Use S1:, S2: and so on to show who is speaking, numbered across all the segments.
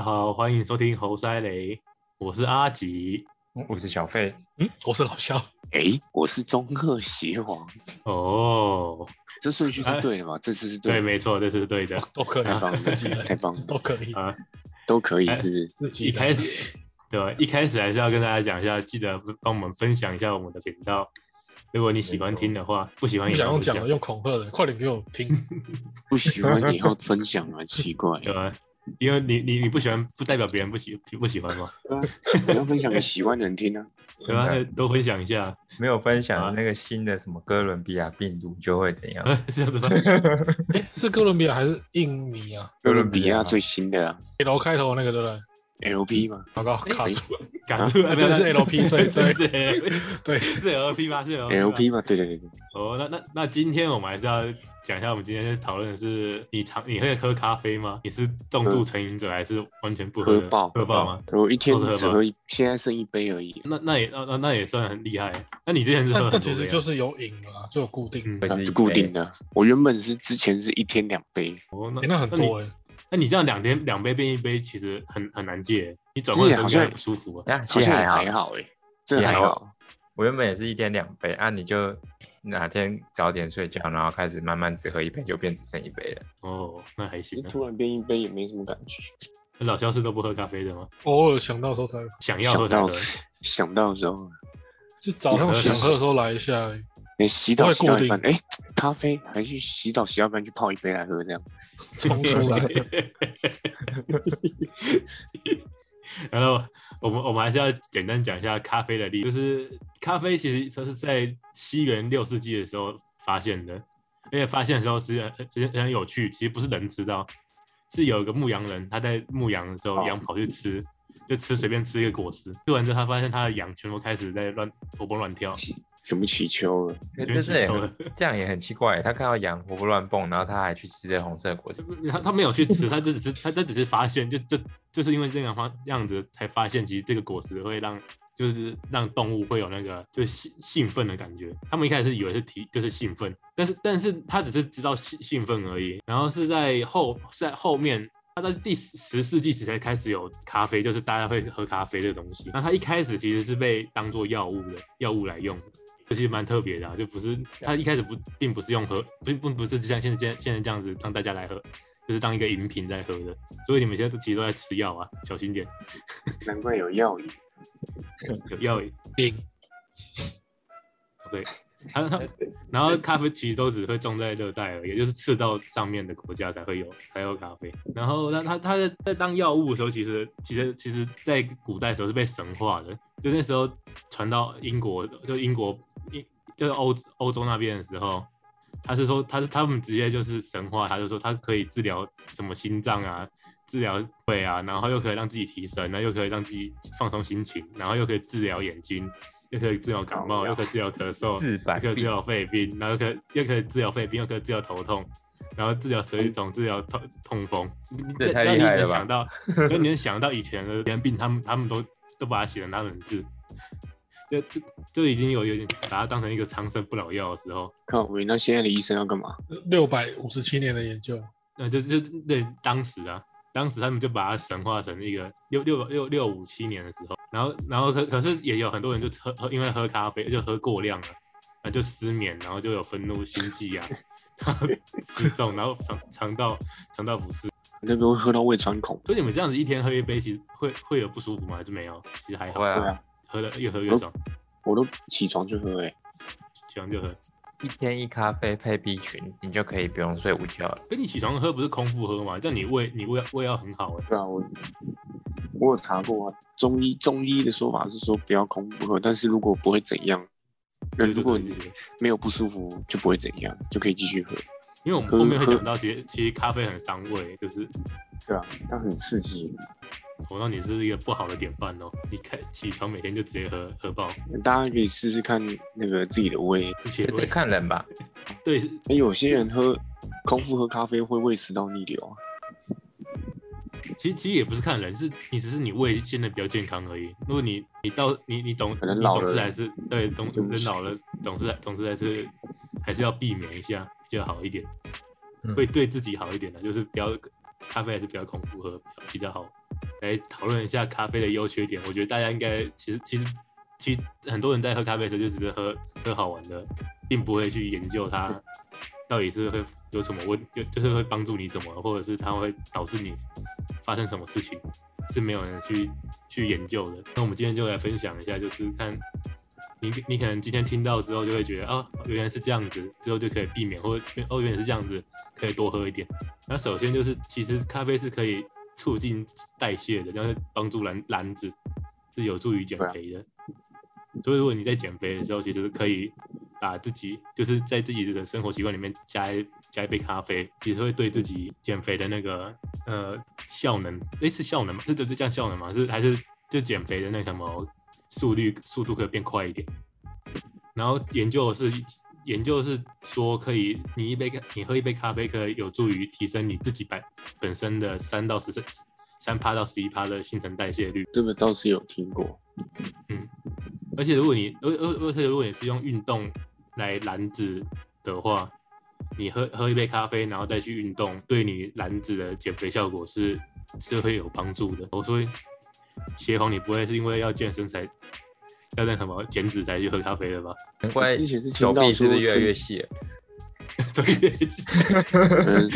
S1: 好，欢迎收听猴塞雷，我是阿吉。
S2: 我是小费，
S3: 嗯，我是老肖，
S4: 诶，我是中二邪王，
S1: 哦，
S4: 这顺序是对的嘛？这次是
S1: 对，
S4: 的，
S1: 没错，这是对的。
S3: 都可以
S4: 太棒，了
S3: 自己人
S4: 太棒了
S3: 都可以，
S1: 啊，
S4: 都可以
S1: 哎
S4: 是不是？
S3: 自己
S1: 一
S3: 人
S1: 开始，对吧？一开始还是要跟大家讲一下，记得帮我们分享一下我们的频道。如果你喜欢听的话，不喜欢
S3: 不
S1: 也
S3: 想
S1: 帮
S3: 用
S1: 我
S3: 讲的，用恐吓的，快点给我听。
S4: 不喜欢也要分享啊，奇怪，
S1: 对吧？因为你你你不喜欢，不代表别人不喜不喜欢嘛，
S4: 你要分享给喜欢的人听啊。
S1: 对吧
S2: 真？
S1: 多分享一下，
S2: 没有分
S1: 啊嗯
S2: 享那个新的什么哥伦比亚病毒就会怎样？
S1: 这样子吗？
S3: 哎，是哥伦比亚还是印尼啊
S4: 哥伦比亚最新的啊
S3: ？L 开头那个对不对？
S4: ，LP 嘛，
S3: 报告卡住了，
S1: 卡住了，
S3: 啊对是 LP 对对
S1: 对，
S3: 对，
S1: 是 LP 吗？是 LP 吗
S4: LP 嘛，对对对对，
S1: 哦，那那那今天我们还是要讲一下，我们今天讨论的是你常你会喝咖啡吗？你是重度成瘾者还是完全不喝的
S4: 喝爆
S1: 喝爆吗？
S4: 我一天
S1: 都是
S4: 只
S1: 喝吧
S4: 喝一，现在剩一杯而已。
S1: 那那也那那那也算很厉害。那你之前是喝
S3: 但
S1: 很多杯
S3: 但其
S1: 啊？
S3: 实就是有瘾了啊，就有固定。
S1: 嗯
S2: 会
S4: 啊
S2: 是一
S4: 是固定
S2: 杯。
S4: 的，我原本是之前是一天两杯，
S1: 哦，那
S3: 哎，那很
S1: 你
S3: 多哎，
S1: 那你这样两天两杯变一杯，其实很很难戒。欸你转换
S4: 是啊
S1: 成应
S4: 好像
S1: 该不舒服啊。
S2: 那
S4: 好
S2: 其实
S4: 像也
S2: 还好
S4: 还，好哎，这
S2: 也
S4: 还
S2: 还
S4: 好。
S2: 我原本也是一天两杯啊，你就哪天早点睡觉，然后开始慢慢只喝一杯，就变只剩一杯了。
S1: 哦，那还
S4: 就
S1: 行、啊。
S4: 突然变一杯也没什么感觉，
S1: 那老肖是都不喝咖啡的吗？
S3: 偶尔想到的时候才，
S1: 想要喝
S4: 想
S1: 才
S4: 到
S1: 喝。
S4: 想到的时候，
S3: 就早上想喝的时候来一下而已，
S4: 你洗澡
S3: 会
S4: 洗到
S3: 固
S4: 一半，
S3: 定
S4: 哎，咖啡还去洗澡洗到一半去泡一杯来喝这样。
S3: 冲出 来。
S1: 然后我们我们还是要简单讲一下咖啡的历史，就是咖啡其实它是在西元六世纪的时候发现的，而且发现的时候是很其实很有趣，其实不是人吃到，是有一个牧羊人他在牧羊的时候
S4: 哦
S1: 羊跑去吃，就吃随便吃一个果实，吃完之后他发现他的羊全部开始在乱活蹦乱跳，
S4: 全部起秋了，
S2: 可
S1: 觉得
S2: 是这也
S1: 奇怪
S2: 很这样也很奇怪，他看到羊活蹦乱蹦，然后他还去吃这红色的果实，
S1: 他他没有去吃，他就只是他他只是发现，就就就是因为这样方样子才发现，其实这个果实会让就是让动物会有那个就是兴兴奋的感觉。他们一开始以为是提就是兴奋，但是但是他只是知道兴兴奋而已。然后是在后是在后面。他在第十十世纪时才开始有咖啡，就是大家会喝咖啡这个东西。那他一开始其实是被当做药物的药物来用的，这其实蛮特别的、啊，就不是他一开始不并不是用喝，不不不是像现在现在现在这样子让大家来喝，就是当一个饮品在喝的。所以你们现在都其实都在吃药啊，小心点，
S4: 难怪有药引。
S1: 有药瘾。
S3: 瘾，
S1: 对，然后然后咖啡其实都只会种在热带而已，也就是赤道上面的国家才会有才有咖啡。然后那它它在在当药物的时候，其实其实其实在古代的时候是被神化的，就那时候传到英国，就英国英就是欧欧洲那边的时候。他是说，他是他们直接就是神话，他就说他可以治疗什么心脏啊，治疗胃啊，然后又可以让自己提神，然后又可以让自己放松心情，然后又可以治疗眼睛，又可以治疗感
S4: 好
S1: 冒，
S4: 呀
S1: 又可以治疗咳嗽，
S2: 治百
S1: 又可以治
S2: 病。
S1: 疗肺病，然后可以又可以治疗肺病，又可以治疗头痛，然后治疗水肿，治疗痛痛风。
S2: 这也
S1: 只
S2: 太
S1: 要
S2: 厉
S1: 你
S2: 害
S1: 能
S2: 了吧
S1: 想到，只要你能想到以前的人病，他们他们都都把它写成他们的字，就就就已经有有点把它当成一个长生不老药的时候。
S4: 靠喂，那现在的医生要干嘛？
S3: 六百五十七年的研究，
S1: 那呃就就对当时啊，当时他们就把它神化成一个六六六六五七年的时候，然后然后可可是也有很多人就喝喝因为喝咖啡就喝过量了，那就失眠，然后就有愤怒心悸啊，然 后失重，然后肠肠道肠道不适。
S4: 那个会喝到胃穿孔，
S1: 所以你们这样子一天喝一杯，其实会会有不舒服吗？还是没有？其实还好，
S2: 会
S4: 对
S2: 啊
S4: 啊，
S1: 喝的越喝越爽，
S4: 我都起床就喝哎、
S1: 起床就喝。
S2: 一天一咖啡配 B 群，你就可以不用睡午觉了。
S1: 跟你起床喝不是空腹喝嘛？这样你胃你胃胃要很好哎、
S4: 对啊，我我有查过啊，中医中医的说法是说不要空腹喝，但是如果不会怎样，那
S1: 对
S4: 如果
S1: 对对
S4: 你
S1: 对对
S4: 没有不舒服就不会怎样，就可以继续喝。
S1: 因为我们
S4: 喝
S1: 后面会
S4: 喝
S1: 讲到，其实其实咖啡很伤胃，就是
S4: 对啊，那很刺激，
S1: 我让你是一个不好的典范哦！你开起床每天就直接喝喝爆，
S4: 大家可以试试看那个自己的胃。
S1: 且
S2: 这
S1: 会
S2: 看人吧，
S1: 对是
S4: 哎，有些人喝空腹喝咖啡会胃食道逆流啊，
S1: 其实其实也不是看人，是你只是你胃现在比较健康而已。如果你你到你你总
S4: 可能
S1: 你
S4: 老
S1: 总
S4: 了
S1: 是还是对总
S4: 对不
S1: 人
S4: 起
S1: 老了总是总是还是还是要避免一下比较好一点，
S2: 嗯
S1: 会对自己好一点的，就是不要咖啡还是不要空腹喝比较好。来讨论一下咖啡的优缺点。我觉得大家应该其实其实其实很多人在喝咖啡的时候就只是喝喝好玩的，并不会去研究它到底是会有什么问，就就是会帮助你什么，或者是它会导致你发生什么事情，是没有人去去研究的。那我们今天就来分享一下，就是看你你可能今天听到之后就会觉得啊，原来是这样子，之后就可以避免，或者哦原来是这样子，可以多喝一点。那首先就是，其实咖啡是可以促进代谢的，但是帮助燃燃脂，是有助于减肥的。所以如果你在减肥的时候，其实可以把自己就是在自己的生活习惯里面加一加一杯咖啡，其实会对自己减肥的那个呃效能，诶是效能吗？是这这叫效能吗？是还是就减肥的那什么速率速度可以变快一点？然后研究是研究是说，可以你一杯咖你喝一杯咖啡，可以有助于提升你自己本本身的三到十三趴到十一趴的新陈代谢率。
S4: 这个倒是有听过，
S1: 而且如果你而而而且如果你是用运动来燃脂的话，你喝喝一杯咖啡，然后再去运动，对你燃脂的减肥效果是是会有帮助的。我说协红，你不会是因为要健身才要那什么减脂才去喝咖啡的吧？
S2: 难怪
S4: 之前是听
S2: 手
S4: 到
S2: 臂是不是
S4: 说
S2: 越来
S4: 这
S2: 越细了？
S1: 所以
S4: 可 能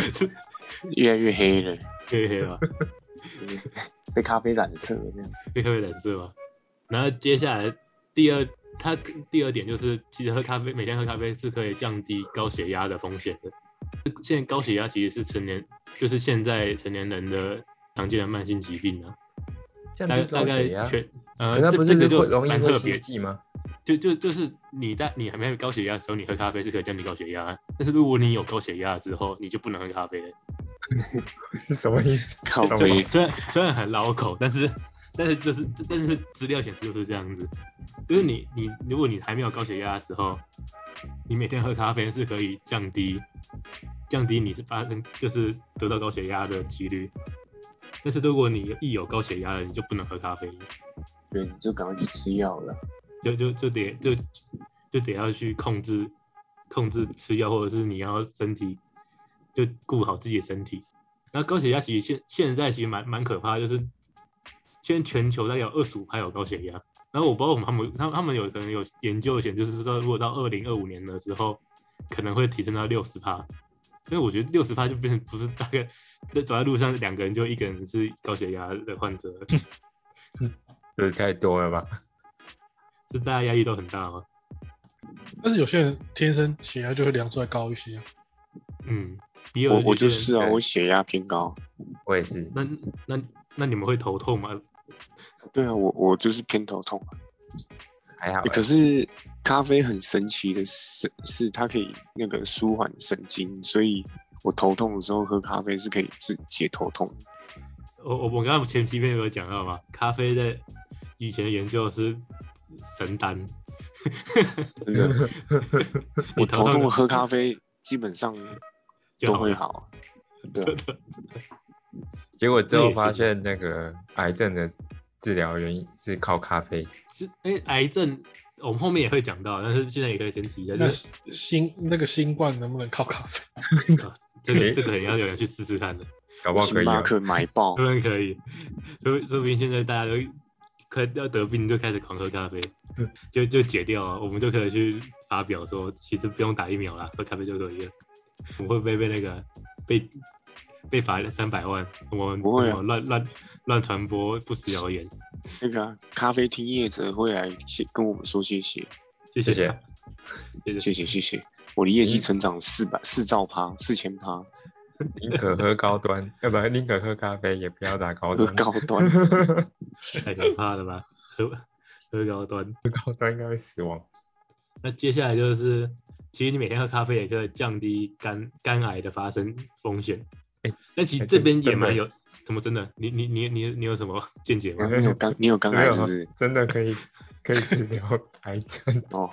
S4: 越来越黑了，
S1: 嘿嘿吧。
S4: 被咖啡染色了这样。
S1: 被咖啡染色嘛。然后接下来第二，它第二点就是，其实喝咖啡，每天喝咖啡是可以降低高血压的风险的。现在高血压其实是成年，就是现在成年人的常见的慢性疾病啊。
S2: 这
S1: 大
S2: 样
S1: 大概
S2: 全，
S1: 全呃，
S2: 可它
S1: 这
S2: 不
S1: 这
S2: 是
S1: 个就
S2: 会容易
S1: 蛮
S2: 会
S1: 特别
S2: 心，悸吗？
S1: 就就就是你在你还没有高血压的时候，你喝咖啡是可以降低高血压啊，但是如果你有高血压之后，你就不能喝咖啡了。
S2: 是什么意思？
S4: 咖
S2: 懂
S4: 啡
S1: 虽然虽然很绕口，但是但是就是但是资料显示就是这样子，就是你你如果你还没有高血压的时候，你每天喝咖啡是可以降低降低你是发生就是得到高血压的几率，但是如果你一有高血压了，你就不能喝咖啡了，
S4: 对，你就赶快去吃药了。
S1: 就就就得就就得要去控制控制吃药，或者是你要身体就顾好自己的身体。那高血压其实现现在其实蛮蛮可怕的，就是现在全球大概有二十五有高血压。然后我不知道我们他们他他们有可能有研究显就是说，如果到二零二五年的时候，可能会提升到六十趴。因为我觉得六十趴就变成不是大概在走在路上两个人就一个人是高血压的患 者了，
S2: 就是太多了吧？
S1: 是大家压力都很大吗？
S3: 但是有些人天生血压就会量出来高一些，啊
S1: 嗯，比尔
S4: 我我
S1: 有些
S4: 就
S1: 人
S4: 是啊，
S2: 对
S4: 我血压偏高。
S2: 我也是，
S1: 那那那你们会头痛吗？
S4: 对啊，我我就是偏头痛。啊
S2: 还好欸。
S4: 可是咖啡很神奇的是，是它可以那个舒缓神经，所以我头痛的时候喝咖啡是可以治解头痛。
S1: 我我我刚刚前期片有讲到嘛，咖啡在以前的研究是神丹，
S4: 真的，
S1: 你
S4: 我头
S1: 痛
S4: 痛
S1: 的
S4: 喝咖啡基本上
S1: 就
S4: 都
S1: 好
S4: 会
S1: 了。
S4: 好。对啊，
S2: 结果之
S1: 那
S2: 后
S1: 也是
S2: 发现那个癌症的治疗原因是靠咖啡，
S1: 是哎、癌症我们后面也会讲到，但是现在也可以先提一下，
S3: 那
S1: 就是
S3: 新那个新冠能不能靠咖啡？
S1: 这个这个很要有人去试试看的，
S2: 搞不好可
S4: 星
S2: 以、
S4: 巴
S1: 啊
S2: 哦。
S4: 克买爆
S1: 说，不定可以，说说不定现在大家都快要得病就开始狂喝咖啡，就就解掉啊，我们就可以去发表说，其实不用打疫苗啦，喝咖啡就可以了。我们会不会被那个被被罚三百万？我们
S4: 不会
S1: 什
S4: 啊
S1: 么乱乱乱传播不实谣言。
S4: 那个啊咖啡厅业者会来谢跟我们说谢谢，
S1: 谢
S2: 谢谢
S1: 他，谢谢。
S4: 谢谢谢谢，我的业绩
S2: 嗯
S4: 成长四百四兆趴，四千趴，
S2: 宁可喝高 端，要不然宁可喝咖啡，也不要打高
S4: 喝
S2: 端。
S4: 高端。
S1: 太可怕了吧，喝喝高端。
S2: 高端应该会死亡。
S1: 那接下来就是，其实你每天喝咖啡也可以降低肝肝癌的发生风险。
S2: 哎
S1: 那其实
S2: 哎
S1: 这边
S2: 真
S1: 也蛮
S2: 真的
S1: 有，怎么真的？你你你你你有什么见解吗？
S4: 你 有刚你有刚
S2: 没
S4: 癌
S2: 有啊
S4: 是
S1: 啊
S4: 不是？
S2: 真的可以可以治疗癌症，
S4: 哦，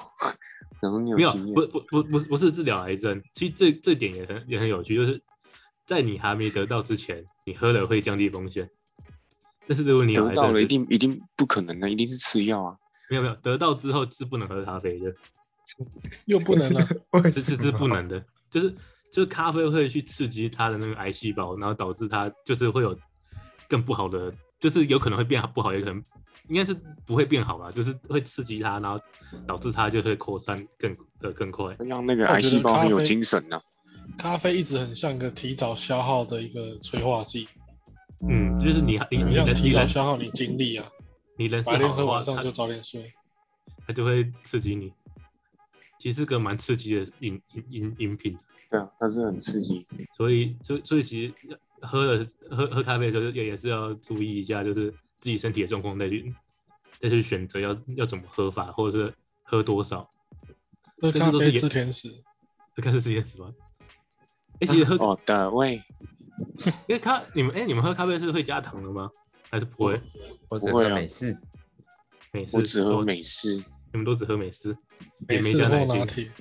S4: 然后你有
S1: 没有啊
S4: 经，验
S1: 不不不不是不是治疗癌症，其实这这点也很也很有趣，就是在你还没得到之前，你喝了会降低风险，但是如果你有
S4: 得
S1: 癌
S4: 到
S1: 症
S4: 了
S1: 是，
S4: 一定一定不可能的，一定是吃药啊。
S1: 没有没有得到之后是不能喝咖啡的，
S3: 又不能啊 了，
S2: 为
S1: 这
S2: 什
S1: 这
S2: 么
S1: 这不能的，就是就是咖啡会去刺激它的那个癌细胞，然后导致它就是会有更不好的就是有可能会变好不好，也可能应该是不会变好吧，就是会刺激它，然后导致它就会扩散更呃更快。
S4: 会让那个
S3: 那我
S4: 癌
S3: 觉得
S4: 细胞很
S3: 咖
S4: 有
S3: 啡
S4: 精神啊呐、
S3: 咖啡一直很像个提早消耗的一个催化剂，
S1: 嗯，就是你你
S3: 很
S1: 你
S3: 像
S1: 人
S3: 提
S1: 你
S3: 早
S1: 人
S3: 消耗你精力 啊，
S1: 你人是
S3: 白
S1: 好
S3: 天
S1: 的
S3: 喝
S1: 话，
S3: 晚上
S1: 它
S3: 就早点睡。
S1: 它就会刺激你。其实是个蛮刺激的饮饮饮饮品，
S4: 对啊，它是很刺激。
S1: 所以所以所以其实喝了喝喝咖啡的时候也也是要注意一下，就是自己身体的状况再去再去选择要要怎么喝法，或者是喝多少。
S3: 喝
S1: 这
S3: 咖
S1: 都
S3: 啡
S1: 是也
S3: 吃甜食，
S1: 开始这件事吗？哎、其实喝，
S4: 哦的喂，
S1: 因为咖你们哎、你们喝咖啡是会加糖的吗？还是不会？
S2: 我只
S4: 不会
S2: 喝
S4: 啊
S2: 美式，
S1: 美式，
S4: 哦我只喝
S1: 哦
S4: 美式，
S1: 你们都只喝美式，也
S3: 美
S1: 没
S3: 式
S1: 加
S3: 或
S1: 奶
S3: 拿
S1: 精，
S3: 铁，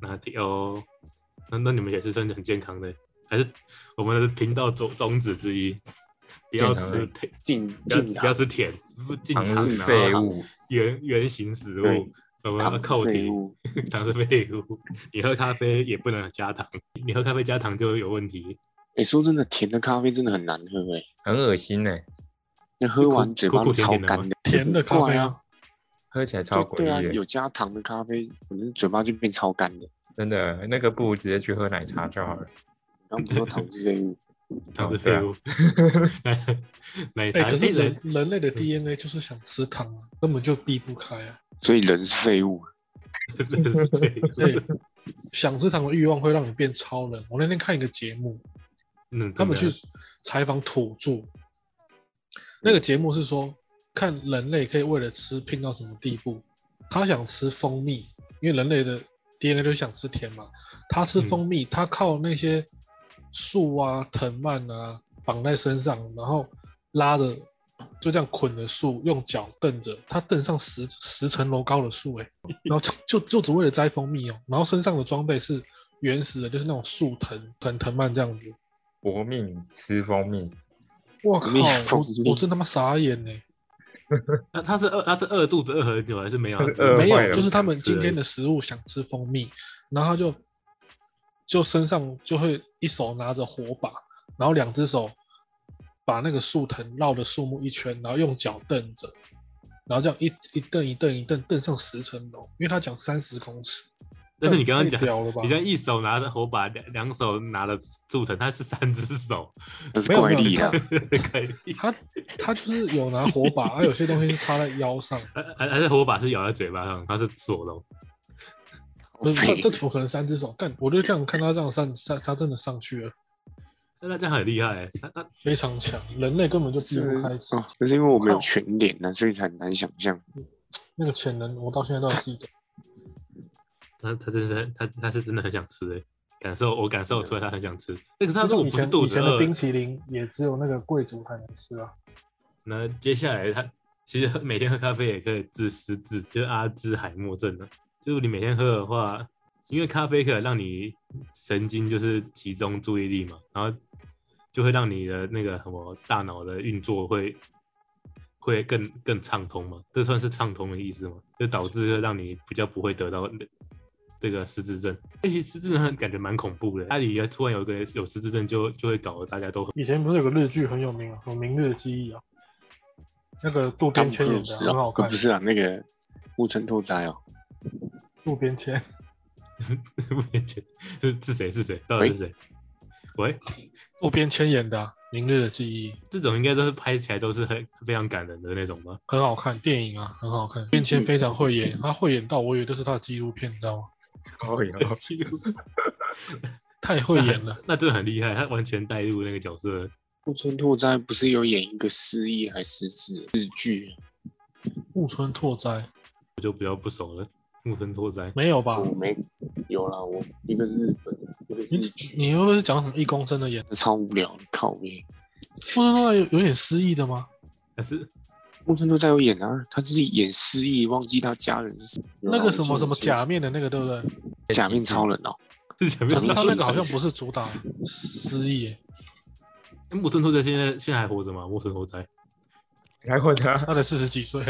S1: 拿铁哦。那那你们也是算是很健康的，还是我们的频道宗宗旨之一，不要
S2: 健康
S1: 吃
S2: 的
S1: 甜，
S4: 禁
S1: 不要
S4: 禁
S1: 不要
S4: 糖，
S1: 吃甜，不禁
S2: 糖
S1: 糖
S2: 是
S1: 啊，
S2: 废物，
S1: 原原型食物
S4: 对，
S1: 我们要
S4: 糖
S1: 扣
S4: 是
S1: 题
S4: 废，物。
S1: 糖是废物。你喝咖啡也不能加糖，你喝咖啡加糖就会有问题。
S4: 哎、说真的，甜的咖啡真的很难喝哎、
S2: 很恶心欸呢，
S4: 那喝完嘴巴
S1: 苦
S4: 都
S1: 苦甜
S4: 超
S1: 甜的吗
S4: 干的。
S3: 甜的咖啡啊，
S2: 喝起来超
S4: 就
S2: 诡
S4: 对啊，
S2: 异
S4: 有
S2: 的，
S4: 加糖的咖啡，我们嘴巴就变超干的。
S2: 真的，那个不如直接去喝奶茶就好了。
S4: 然后不说糖是废物，
S1: 糖是
S2: 哦对
S1: 废
S2: 啊
S1: 物。 奶奶
S3: 哎、
S1: 茶，
S3: 可是
S1: 哎
S3: 人人类的 DNA 就是想吃糖啊，根本就避不开 啊。
S4: 所以人是废物。
S1: 人人是废 物。
S3: 所以想吃糖的欲望会让你变超人。我那天看一个节目，
S1: 嗯，
S3: 他们
S1: 真
S3: 去
S1: 的
S3: 采访土著，那个节目是说看人类可以为了吃拼到什么地步。他想吃蜂蜜，因为人类的 DNA 就想吃甜嘛。他吃蜂蜜，他靠那些树啊、藤蔓啊绑在身上，然后拉着就这样捆着树，用脚蹬着，他蹬上十十层楼高的树、欸，然后就就就只为了摘蜂蜜哦、然后身上的装备是原始的，就是那种树藤藤藤蔓这样子。
S2: 搏命吃蜂蜜，
S3: 我靠，
S4: 蜜蜂
S3: 我我真他妈傻眼呢、
S1: 那他是饿，他是饿肚子饿很久还是没有 啊？
S2: 他是饿
S3: 没
S2: 坏
S3: 有，
S2: 了
S3: 就是他们今天的食物想吃蜂蜜，然后他就就身上就会一手拿着火把，然后两只手把那个树藤绕着树木一圈，然后用脚蹬着，然后这样一一蹬一蹬一蹬蹬上十层楼，因为他讲三十公尺。
S1: 但是你刚刚
S3: 太
S1: 讲，
S3: 屌了吧
S1: 你这样一手拿着火把，两两手拿着柱藤，他是三只手，
S4: 那是
S3: 没有
S4: 怪力
S3: 没有
S4: 啦，
S1: 可以，
S3: 他他就是有拿火把，而、有些东西是插在 腰上，
S1: 还还还是火把是咬在嘴巴上，他是锁龙，
S4: 好
S3: 不是这
S4: 废
S3: 这怎么可能三只手？干，我就这样看他这样上上，他真的上去了，
S1: 那那这样很厉害欸，他他
S3: 非常强，人类根本就避
S4: 是
S3: 不开吃
S4: 哦，那是因为我们有全脸呢，所以才很难想象。
S3: 那个潜能，我到现在都还记得。
S1: 他他真是他他是真的很想吃诶，感受我感受出来他很想吃，那可是他
S3: 这
S1: 如
S3: 种
S1: 果不
S3: 以
S1: 是
S3: 前
S1: 肚
S3: 以
S1: 子
S3: 前的
S1: 饿，
S3: 冰淇淋也只有那个贵族才能吃啊。
S1: 那接下来他其实喝每天喝咖啡也可以治失智，就是阿兹海默症了。就是你每天喝的话，因为咖啡可以让你神经就是集中注意力嘛，然后就会让你的那个什么大脑的运作会会更更畅通嘛。这算是畅通的意思吗？就导致会让你比较不会得到那这个失智症。而且失智症感觉蛮恐怖的，家里突然有一个有失智症就，就会搞得大家都很
S3: 以前不是有个日剧很有名啊，有《明日的记忆》啊，那个渡
S4: 汤
S3: 边
S4: 姆
S3: 谦
S4: 克
S3: 演
S4: 鲁
S3: 的啊
S4: 斯
S3: 很好
S4: 哦，呃
S3: 看
S4: 不。是啊，那个木村拓哉哦，
S3: 渡边谦，
S1: 面前是是谁是谁到底是谁？喂，
S3: 渡边谦演的啊《明日的记忆》
S1: 这种应该都是拍起来都是很非常感人的那种 吧？
S3: 很好看，电影啊很好看。渡边谦非常会演，他会演到我以为这是他的纪录片，你知道吗？
S2: 哦哟，
S1: 记录
S3: 太会演了。
S1: 那真的很厉害，他完全带入那个角色。
S4: 木村拓哉不是有演一个失忆还失智日剧？
S3: 木村拓哉
S1: 木村拓 哉
S3: 没有吧？
S4: 我没有啦，我一个日本，一个
S3: 啊你
S4: 日剧，
S3: 你又不是讲什么一公升的演？
S4: 超无聊的，靠呗。
S3: 木村拓哉有有点失忆的吗？
S1: 还是
S4: 木村拓哉有演啊，他就是演失忆，忘记他家人是谁
S3: 那个什么什么假
S4: 假
S3: 面的那个，对不对？
S4: 假面超人哦，
S1: 是 前面
S3: 可是
S4: 假
S3: 他
S4: 面
S3: 那个好像不是主打失忆耶，
S1: 木村拓哉现在现在还活着吗？木村拓 哉，
S2: 还混他，
S3: 他才四十几岁，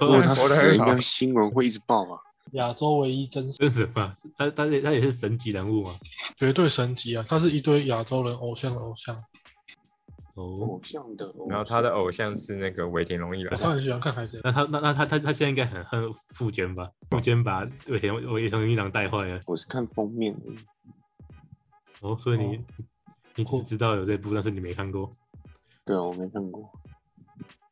S4: 如果他
S2: 活得
S4: 死了，
S2: 很
S4: 应
S2: 好
S4: 该新闻会一直报吧？
S3: 亚洲唯一真
S1: 真是吧？他他也他也是神级人物嘛。
S3: 绝对神级啊！他是一堆亚洲人偶像的偶像，
S1: 哦
S4: 偶，像的偶像，
S2: 然后他的偶像是那个尾田荣一
S3: 我
S2: 郎，
S3: 很喜欢看海 贼，
S1: 那他那那他他他现在应该很恨富坚吧？富坚把尾田尾田一郎带坏了。
S4: 我是看封面而已，
S1: 哦，所以你、
S3: 哦
S1: 你只知道有这部，但是你没看过，
S4: 对啊，我没看过。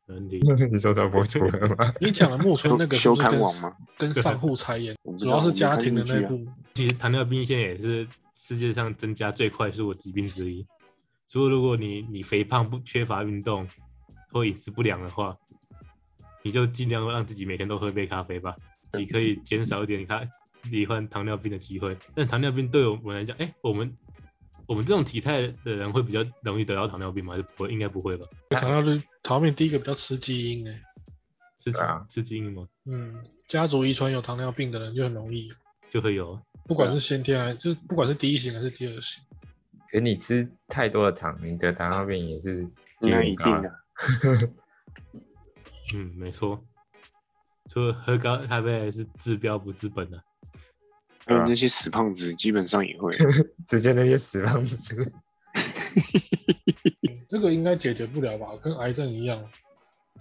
S1: 没问题。
S2: 你说到博主了吗？
S3: 你讲的木村那个
S4: 修
S3: 是不是
S4: 刊
S3: 跟
S4: 网吗？
S3: 跟上户才演
S4: 我，不知
S3: 主
S4: 道
S3: 要是家庭的
S4: 我
S3: 那
S4: 没
S3: 一
S4: 看啊
S3: 部，
S1: 其实糖尿病现在也是世界上增加最快速的疾病之一。所以如果你你肥胖不缺乏运动或饮食不良的话，你就尽量让自己每天都喝杯咖啡吧，你可以减少一点咖罹患糖尿病的机会。但糖尿病对我们来讲，哎、我们我们这种体态的人会比较容易得到糖尿病吗？还是不会，应该不会吧？
S4: 啊
S3: 糖尿病糖尿病第一个比较吃基因诶、啊
S1: 是吃、
S2: 对啊
S1: 吃基因吗？
S3: 嗯，家族遗传有糖尿病的人就很容易，
S1: 就会有。啊
S3: 不管是先
S4: 啊
S3: 天还就是不管是第一型还是第二型，
S2: 可是你吃太多的糖，你得糖尿病也是几
S4: 那
S2: 率
S4: 一
S2: 高
S4: 定
S2: 啊
S4: 的。
S1: 嗯，没错。除了喝高咖啡还是治标不治本的、啊
S4: 还有
S2: 对啊
S4: 那些死胖子，基本上也会。啊
S2: 直接那些死胖子。
S3: 这个应该解决不了吧？跟癌症一样，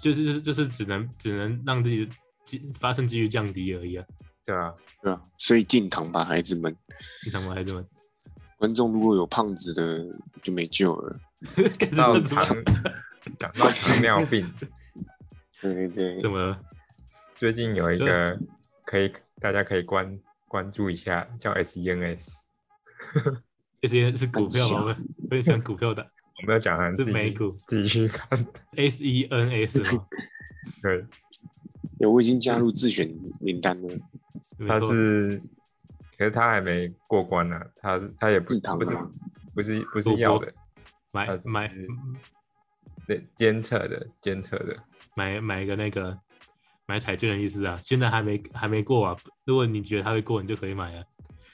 S1: 就是就是就是只能只能让自己的机发生几率降低而已啊。
S2: 对啊，
S4: 对啊，所以进堂吧，孩子们，
S1: 经常我还这 么，
S4: 观众如果有胖子的就没救了。
S1: 干这
S2: 到
S1: 是怎么
S2: 糖，讲到糖尿病，
S4: 对对对，
S1: 怎么了？
S2: 最近有一
S1: 就
S2: 个可以大家可以关关注一下，叫 E SENS。
S1: 这些是股票吗？我们 分享股票的
S2: 我没有讲完，
S1: 是
S2: 自己
S1: 美股
S2: 自己去看。
S1: S E N S 吗？
S2: 对，
S4: 有我已经加入自选名单了。
S1: 没
S2: 他
S1: 错，
S2: 是，可是他还没过关呢、他他也不
S4: 制糖
S2: 不
S4: 的
S2: 是
S4: 吗
S2: 不是不
S1: 不
S2: 是
S1: 不
S2: 药的，
S1: 买
S2: 他是
S1: 买
S2: 对，监测的监测的，
S1: 买买一个那个买彩券的意思啊。现在还没还没过啊。如果你觉得它会过，你就可以买啊。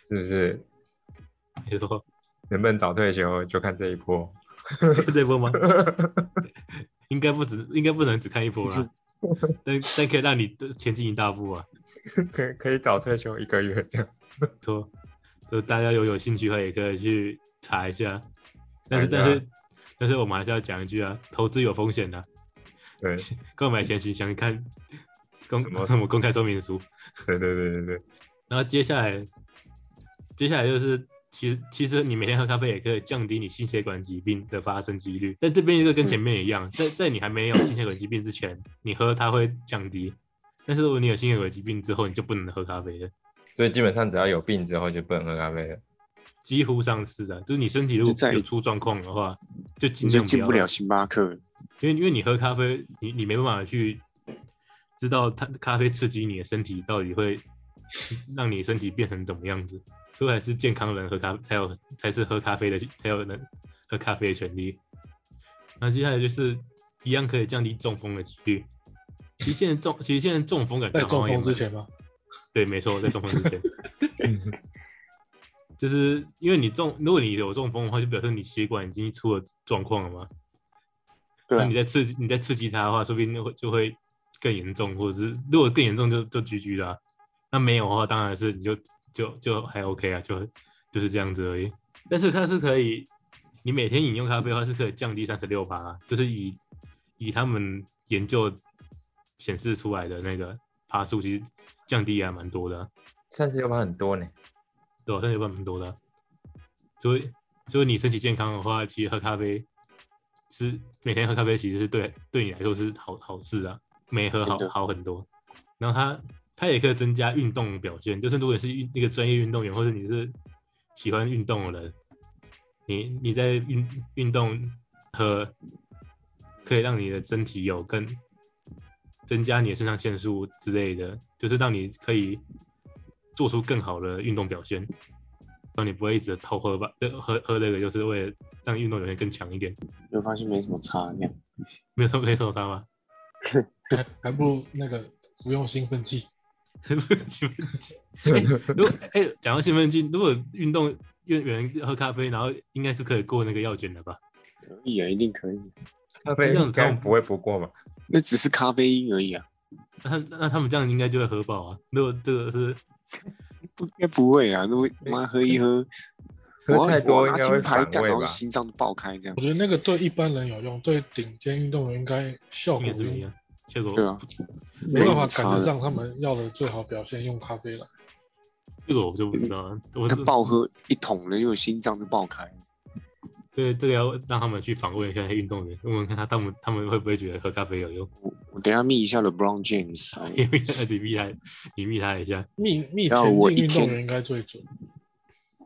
S2: 是不是？
S1: 没错，
S2: 能不能早退休就看这一波。
S1: 这一波吗？应该不止，应该不能只看一波啦。但但可以让你前进一大步啊。
S2: 可可以早退休一个月这样。
S1: 错，就大家有有兴趣的话，也可以去查一下。但是
S2: 查一
S1: 但
S2: 下
S1: 是但是我们还是要讲一句啊，投资有风险的、
S2: 对
S1: 购买前请详看公
S2: 什么
S1: 什么公开说明书。
S2: 对对对对对，
S1: 然后接下来接下来就是。其实，其实你每天喝咖啡也可以降低你心血管疾病的发生几率，但这边就跟前面一样，在在你还没有心血管疾病之前，你喝它会降低，但是如果你有心血管疾病之后，你就不能喝咖啡了，
S2: 所以基本上只要有病之后就不能喝咖啡了。
S1: 几乎上是啊，就是你身体如
S4: 就在
S1: 果有出状况的话，就尽
S4: 你就
S1: 量
S4: 进
S1: 要
S4: 不了星巴克，
S1: 因为因为你喝咖啡，你你没办法去知道它咖啡刺激你的身体到底会让你身体变成怎么样子，所以还是健康人喝咖才有才是喝咖啡的才有能喝咖啡的权利。那接下来就是一样可以降低中风的几率。其实现在中，其实现在中风感觉
S3: 在
S1: 好像
S3: 中
S1: 也
S3: 风之
S1: 蛮
S3: 前吗？
S1: 对，没错，在中风之前，就是因为你中，如果你有中风的话，就表示你血管已经出了状况了嘛。
S4: 对
S1: 那
S4: 啊
S1: 你再刺激你再刺激它的话，说不定会就会更严重，或者是如果更严重就就 GG 啦、那没有的话，当然是你就就就还 OK 啊，就就是这样子而已。但是它是可以，你每天饮用咖啡的话是可以降低三十六趴，啊就是以以他们研究显示出来的那个趴数，其实降低也还蛮多的啊、
S2: 三十六趴很多呢，
S1: 对、啊，三十六趴蛮多的啊、所以所以你身体健康的话，其实喝咖啡是每天喝咖啡，其实是对对你来说是好好事啊，没喝好
S4: 真的
S1: 好很多。然后它它也可以增加运动表现，就是如果你是运一个专业运动员，或者你是喜欢运动的人，你你在运运动和可以让你的身体有更增加你的肾上腺素之类的，就是让你可以做出更好的运动表现，让你不会一直偷喝吧，呃喝喝那个就是为了让运动表现更强一点，
S4: 就发现没什么差这样。
S1: 没有说没受伤吗？
S3: 还还不如那个服用兴奋剂，
S1: 兴奋剂。哎 如果哎，讲、到兴奋剂，如果运动运员喝咖啡，然后应该是可以过那个药检的吧？
S4: 可以啊，一定可以。
S2: 咖啡
S1: 这样子
S2: 应该
S1: 他们
S2: 不会不过吧？
S4: 那只是咖啡因而已啊，
S1: 那他那他们这样应该就会喝爆啊！如果这个是
S4: 不应该不会啊。如果妈喝一喝，
S2: 喝
S4: 我
S2: 太
S4: 要
S2: 多
S4: 我
S2: 应
S4: 拿
S2: 该会
S4: 金牌
S2: 反
S4: 干，
S2: 胃
S4: 然后
S2: 吧？
S4: 心脏就爆开这样
S3: 我。觉得那个对一般人有用，对顶尖运动员应该效
S1: 应
S3: 果
S1: 该怎么样？结果
S4: 对啊，
S3: 没办法
S4: 差
S3: 赶得
S4: 的
S3: 上他们要的最好表现，用咖啡来。
S1: 这个我就不知道了。啊我
S4: 他
S1: 是
S4: 爆喝一桶了，因为心脏就爆开。
S1: 对这个要让他们去访问一下那些运动员，问问看他他们他们会不会觉得喝咖啡有用？
S4: 我我等一下密一下 LeBron James，哎
S1: 因为你密他，你密他一下，
S3: 密密
S4: 要
S3: 田
S4: 我
S3: 径
S4: 一
S3: 运动
S4: 天
S3: 员应该最准，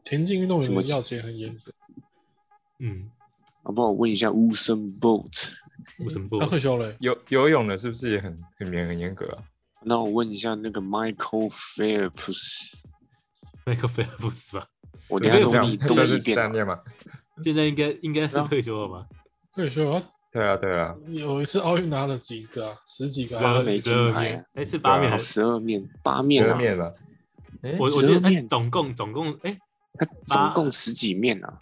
S3: 田径运动员
S4: 怎
S3: 的
S4: 么
S3: 药检很严格，
S1: 嗯，
S4: 好不好？我问一下 Usain Bolt，
S1: 为什么不
S3: 他？退休了欸，
S2: 游游泳的是不是也很很严很严格啊？
S4: 那我问一下那个 Michael Phelps，
S1: 麦克菲尔不是吧？
S4: 我
S2: 就
S4: 等
S2: 是
S4: 一下都
S2: 这样，
S4: 密
S2: 就
S4: 都密
S2: 是
S4: 一
S2: 这
S4: 遍
S2: 样
S4: 啊。
S2: 念嘛？
S1: 现在应该应该是
S4: 啊
S1: 退休了吧？
S3: 退休了。
S2: 对啊，对啊，
S3: 他有一次奥运拿了几个啊，十几个、
S4: 八
S3: 啊
S1: 二，
S4: 枚
S1: 十
S4: 金
S1: 二
S4: 牌
S1: 面
S4: 啊，
S1: 哎，是八面还是？
S4: 十二面八
S2: 十
S4: 面
S2: 二
S4: 啊，
S2: 面 了。哎，
S1: 我我
S4: 十
S1: 觉
S4: 二
S1: 得哎，
S4: 面
S1: 总共总共哎，
S4: 他总共十几面啊，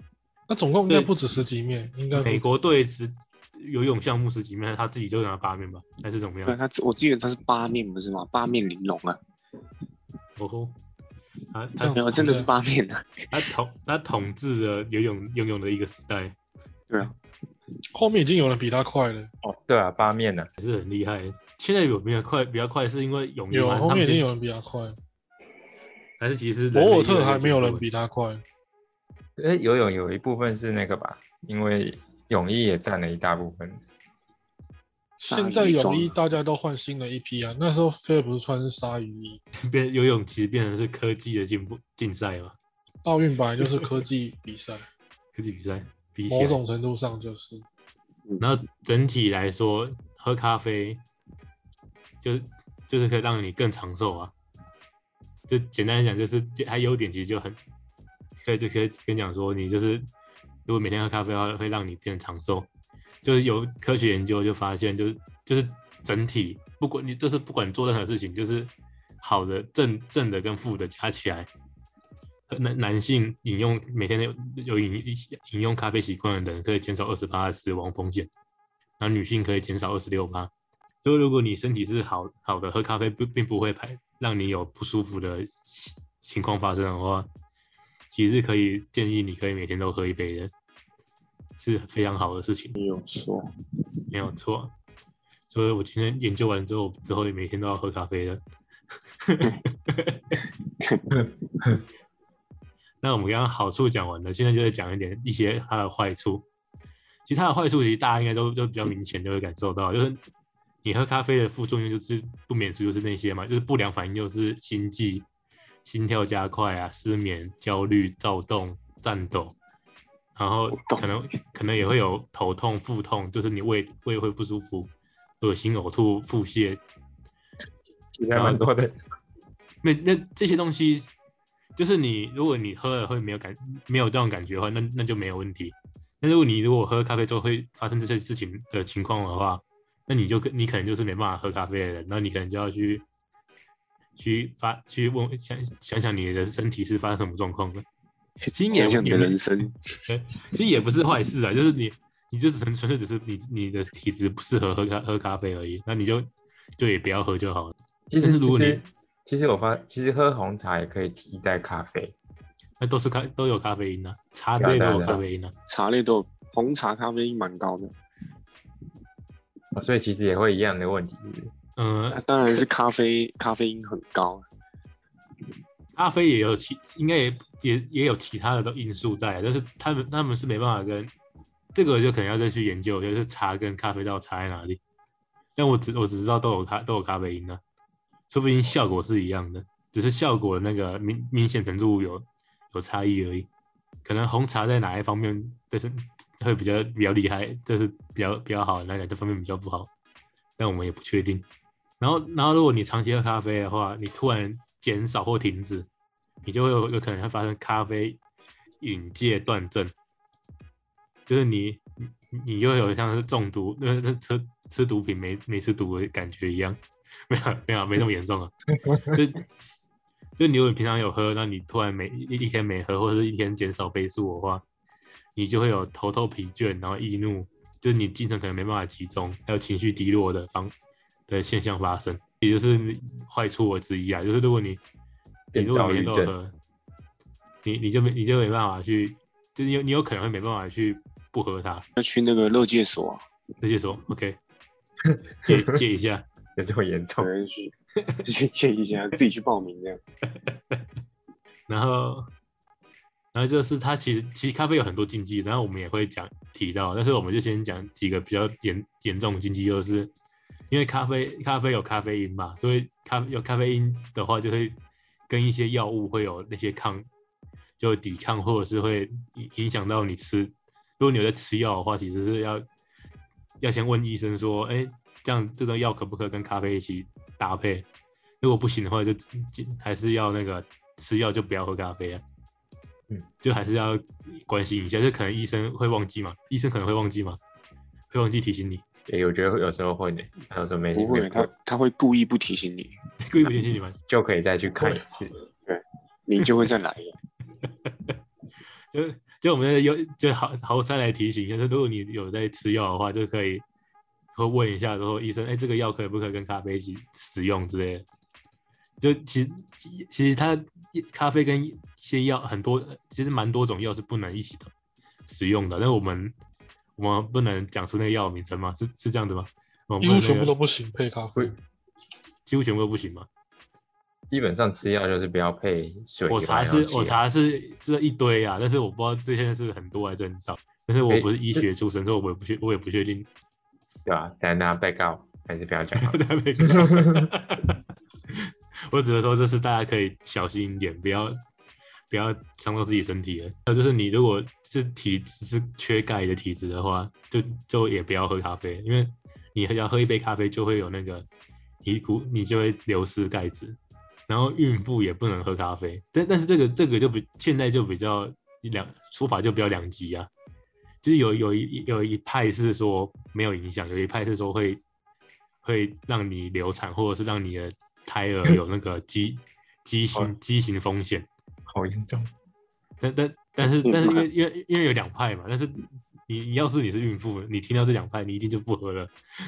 S3: 那总共应该
S1: 对
S3: 不止十几面，应该不止
S1: 美国队只游泳项目十几面，他自己就拿八面吧？还是怎么
S4: 对
S1: 样？
S4: 他我记得他是八面不是吗？八面玲珑啊，
S1: 哦吼，他
S3: 这
S1: 他
S3: 样
S4: 没有真的是八面啊，
S1: 他统他统治了游泳游泳的一个时代，
S4: 对啊，
S3: 后面已经有人比他快了，
S2: 哦，对啊，八面呢？
S1: 还是很厉害。现在有没有快比较快？是因为泳
S3: 有
S1: 运吗？
S3: 后
S1: 他们
S3: 面已经
S1: 是
S3: 有人比他快了，
S1: 还是其实人类
S3: 博尔
S1: 越
S3: 特
S1: 来越
S3: 还没
S1: 进
S3: 有
S1: 步
S3: 人
S1: 了
S3: 比他快，
S2: 哎，游泳有一部分是那个吧，因为泳衣也占了一大部分。
S4: 鲨
S3: 现
S4: 鱼
S3: 在泳
S4: 装
S3: 衣
S4: 啊
S3: 大家都换新的一批啊，那时候菲尔不是穿鲨鱼衣，
S1: 变游泳其实变成是科技的进步竞赛嘛，
S3: 奥运本来就是科技比 赛，
S1: 科技比赛比起
S3: 某
S1: 来，
S3: 种程度上就是
S1: 然后整体来说，喝咖啡就就是可以让你更长寿啊。就简单来讲，就是就它优点其实就很可以就可以跟你讲说，你就是如果每天喝咖啡的话，会让你变长寿。就是有科学研究就发现，就是就是整体不管你就是不管做任何事情，就是好的正正的跟负的加起来，男男性饮用每天有有饮饮用咖啡习惯的人，可以减少二十趴的死亡风险，然后女性可以减少二十六趴。所以如果你身体是好好的，喝咖啡不并不会排让你有不舒服的情情况发生的话，其实是可以建议你可以每天都喝一杯的，是非常好的事情，
S4: 你有说
S1: 没有错。所以我今天研究完之后，之后每天都要喝咖啡的。那我们刚刚好处讲完了，现在就是讲一点一些它的坏处。其实它的坏处，其实大家应该都都比较明显，就会感受到，就是你喝咖啡的副作用就是不免俗，就是那些嘛，就是不良反应，就是心悸、心跳加快啊、失眠、焦虑、躁动、战斗，然后
S4: 动
S1: 可能可能也会有头痛、腹痛，就是你胃胃会不舒服、恶心、呕吐、腹泻，
S2: 其实还蛮多的。
S1: 那那这些东西，就是你如果你喝了会没有感没有这种感觉的话，那那就没有问题。那如果你如果喝咖啡之后会发生这些事情的情况的话，那你就可你可能就是没办法喝咖啡的人，那你可能就要去去发去问想想想你的身体是发生什么状况的。其实也
S4: 想想你的
S1: 也
S4: 人生，
S1: 其实也不是坏事啊，就是你你就纯纯粹只是你你的体质不适合喝咖喝咖啡而已，那你就就也不要喝就好了。
S2: 其
S1: 但 是
S2: 实
S1: 如
S2: 其
S1: 果你
S2: 实其实我发，其实喝红茶也可以替代咖啡。
S1: 那都是咖都有咖啡因啊，茶
S2: 对啊
S1: 类都
S2: 对啊
S1: 有
S2: 对啊
S1: 咖啡因啊。
S4: 茶类都有红茶、咖啡因蛮高的，
S2: 哦所以其实也会一样的问题，是不是
S1: 嗯，
S4: 那当然是咖啡，咖啡因很高。啊
S1: 咖啡也有其应该也也也有其他的因素在，但是他们他们是没办法跟这个就可能要再去研究，就是茶跟咖啡到底差在哪里。但我只我只知道都有咖都有咖啡因啊，说不定效果是一样的，只是效果那个明明显程度有有差异而已。可能红茶在哪一方面对身会比较比较厉害，就是比较比较好，哪哪这方面比较不好，但我们也不确定。然后，然后如果你长期喝咖啡的话，你突然减少或停止，你就会有有可能会发生咖啡瘾戒断症，就是你你你又有像是中毒，那那吃吃毒品没没吃毒的感觉一样，没有没有没这么严重啊，就就你如果平常有喝，那你突然没一一天没喝，或者是一天减少杯数的话，你就会有头痛、疲倦，然后易怒，就是你精神可能没办法集中，还有情绪低落的方的现象发生，也就是你坏处之一啊。就是如果你你
S2: 变
S1: 如果每天
S2: 躁
S1: 都
S2: 郁
S1: 有
S2: 症
S1: 喝，你你就没你就没办法去就是有你有可能会没办法去不喝它，
S4: 要去那个乐界所啊，
S1: 直接说 OK，戒戒一下。
S2: 有这么严重
S4: 有？人去 去建议一下，自己去报名这样。
S1: 然后，然后就是它其实其实咖啡有很多禁忌，然后我们也会讲提到，但是我们就先讲几个比较严严重的禁忌，就是因为咖啡咖啡有咖啡因嘛，所以咖有咖啡因的话，就会跟一些药物会有那些抗，就会抵抗或者是会影影响到你吃。如果你有在吃药的话，其实是要要先问医生说，哎，这样这种药可不可以跟咖啡一起搭配？如果不行的话就，就还是要那个吃药就不要喝咖啡啊。
S2: 嗯，
S1: 就还是要关心一下，就可能医生会忘记嘛，医生可能会忘记嘛，会忘记提醒你，
S2: 也我觉得有时候会呢，还有时候没
S4: 不会，他他会故意不提醒你，
S1: 故意不提醒你们。
S2: 就可以再去看一次。
S4: 你就会再来。
S1: 就就我们有就好好再来提醒一下，就是如果你有在吃药的话，就可以会问一下，说医生，哎、这个药可以不可以跟咖啡一起使用之类的。就其实其其实它咖啡跟一些药很多，其实蛮多种药是不能一起的使用的。但我们我们不能讲出那个药名称吗？是是这样子吗？我们
S3: 几
S1: 不能那
S3: 乎全部
S1: 个
S3: 都不行配咖啡。
S1: 几乎全部都不行吗？
S2: 基本上吃药就是不要配水以外
S1: 我
S2: 的
S1: 查
S2: 东西啊。
S1: 是我查是这一堆啊，但是我不知道这些是很多还是很少。但是我
S2: 哎
S1: 不是医学出身，所以我也不确我也不确定
S2: 对啊，但大家被告还是不要讲好了。
S1: 台北我只能说，这是大家可以小心一点，不要不要伤到自己身体了。那就是你如果是体质是缺钙的体质的话，就就也不要喝咖啡，因为你要喝一杯咖啡就会有那个你骨你就会流失钙质。然后孕妇也不能喝咖啡，但但是这个这个就比现在就比较两说法就比较两极啊，就是有有一有一派是说没有影响，有一派是说会会让你流产，或者是让你的胎儿有那个畸畸形畸形风险。
S2: 好严重，
S1: 但但但是但是因为因为因为有两派嘛，但是你你要是你是孕妇，你听到这两派，你一定就不喝了，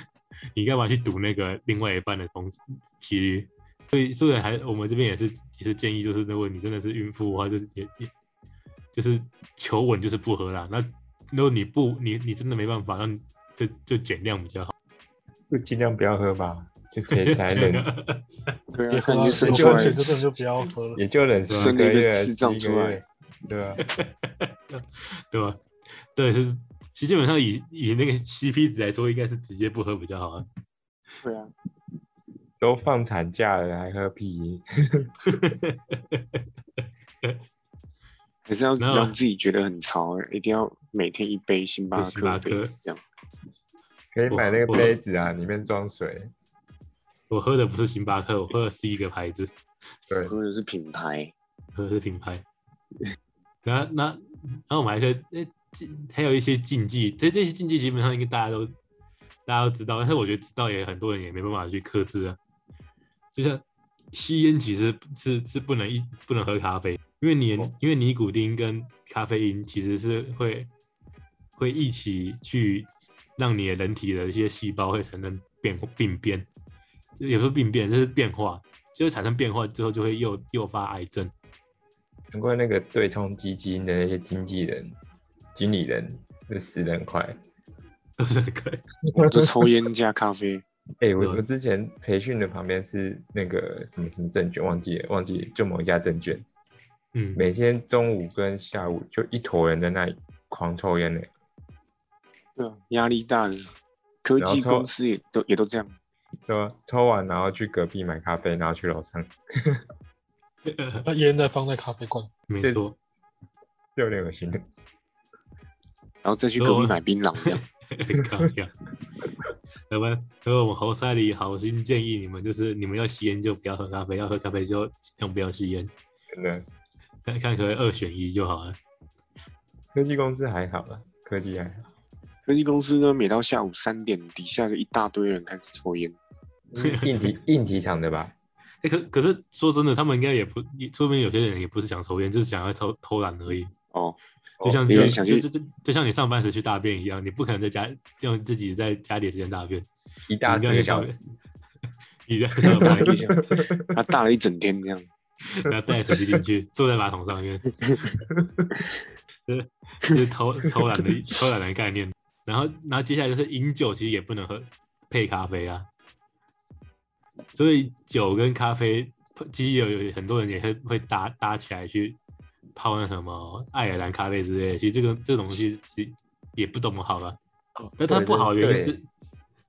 S1: 你干嘛去赌那个另外一半的风几率？所以所以还我们这边也是也是建议，就是如果你真的是孕妇的话，就是也也就是求稳就是不喝啦。那如果你不你你真的没办法，那你就就减量比较好。
S2: 就尽量不要喝吧，就 直接才忍，
S4: 对
S3: 也喝
S4: 啊，看
S3: 啊，
S4: 你
S3: 有
S4: 生
S2: 就
S4: 出
S3: 风
S4: 来
S3: 险就真的就不要喝了。
S2: 也就
S1: 啊
S2: 忍什
S4: 生
S2: 么
S4: 了一个
S2: 月、
S4: 智障
S2: 一个
S4: 出来
S2: 月，对啊，
S1: 对吧？对，是其实基本上以以那个 CP 值来说，应该是直接不喝比较好啊。
S4: 对啊，
S2: 都放产假了还喝屁，
S4: 还是要
S1: 没有啊
S4: 让自己觉得很潮，一定要每天一杯星巴
S1: 星巴
S4: 克
S1: 克
S4: 杯子这样。
S2: 可以买那个
S1: 我
S2: 杯子啊，里面装水。
S1: 我喝的不是星巴克，我喝的是一个牌子，
S2: 对，
S4: 或者是品牌，
S1: 喝的是品牌。然后那然后我们还可以，呃，禁还有一些禁忌，这这些禁忌基本上应该大家都大家都知道，但是我觉得知道也很多人也没办法去克制啊。就像吸烟其实是是不能一不能喝咖啡，因为你因为尼古丁跟咖啡因其实是会会一起去让你的人体的一些细胞会产生变病变，就也不是病变，就是变化，就是产生变化之后就会诱诱发癌症。
S2: 难怪那个对冲基金的那些经纪人、经理人就死得很快。
S1: 都是很快，
S4: 就抽烟加咖啡，
S2: 哎、我
S1: 对
S2: 我之前培训的旁边是那个什么什么证券，忘记了，忘记了就某一家证券，
S1: 嗯，
S2: 每天中午跟下午就一坨人在那里狂抽烟呢、
S4: 对啊，压力大的。科技
S2: 然后抽
S4: 公司也都也都这样，
S2: 对吧？抽完然后去隔壁买咖啡，然后去楼上，
S3: 那烟再放在咖啡罐，
S1: 没
S2: 对
S1: 错，
S2: 就有点恶心。
S4: 然后再去隔
S1: 哦
S4: 壁买槟榔这样。
S1: 很搞 笑。要不然，所以我们侯赛里好心建议你们，就是你们要吸烟就不要喝咖啡，要喝咖啡就尽量不要吸烟，
S2: 真的，
S1: 看看可不可以二选一就好了。
S2: 科技公司还好啦，科技还 好，
S4: 科技公司呢，每到下午三点，底下就一大堆人开始抽烟。
S2: 硬体硬体厂的吧？
S1: 欸、可可是说真的，他们应该也不，说不定有些人也不是想抽烟，就是想要偷偷懒而已。
S4: 哦，
S1: 就像
S4: 没有
S1: 去
S4: 人想
S1: 就
S4: 去
S1: 就就就像你上班时去大便一样，你不可能在家用自己在家里的时间大便，
S2: 一大
S1: 你
S2: 四
S1: 这样
S2: 个
S1: 就
S2: 小
S1: 像
S2: 时，
S1: 你在上
S4: 大
S1: 班
S4: 了一 下，他大 了一整天这样。
S1: 然后带着手机进去，坐在马桶上面。就是偷偷懒的偷懒的概念。然后，然后接下来就是饮酒，其实也不能喝配咖啡啊。所以酒跟咖啡，其实有有很多人也会会搭搭起来去泡那什么爱尔兰咖啡之类的。其实这个这种东西其实也不怎么好了
S3: 哦。
S1: 但它
S2: 对
S1: 不好的
S2: 对
S1: 原因
S2: 对
S1: 是，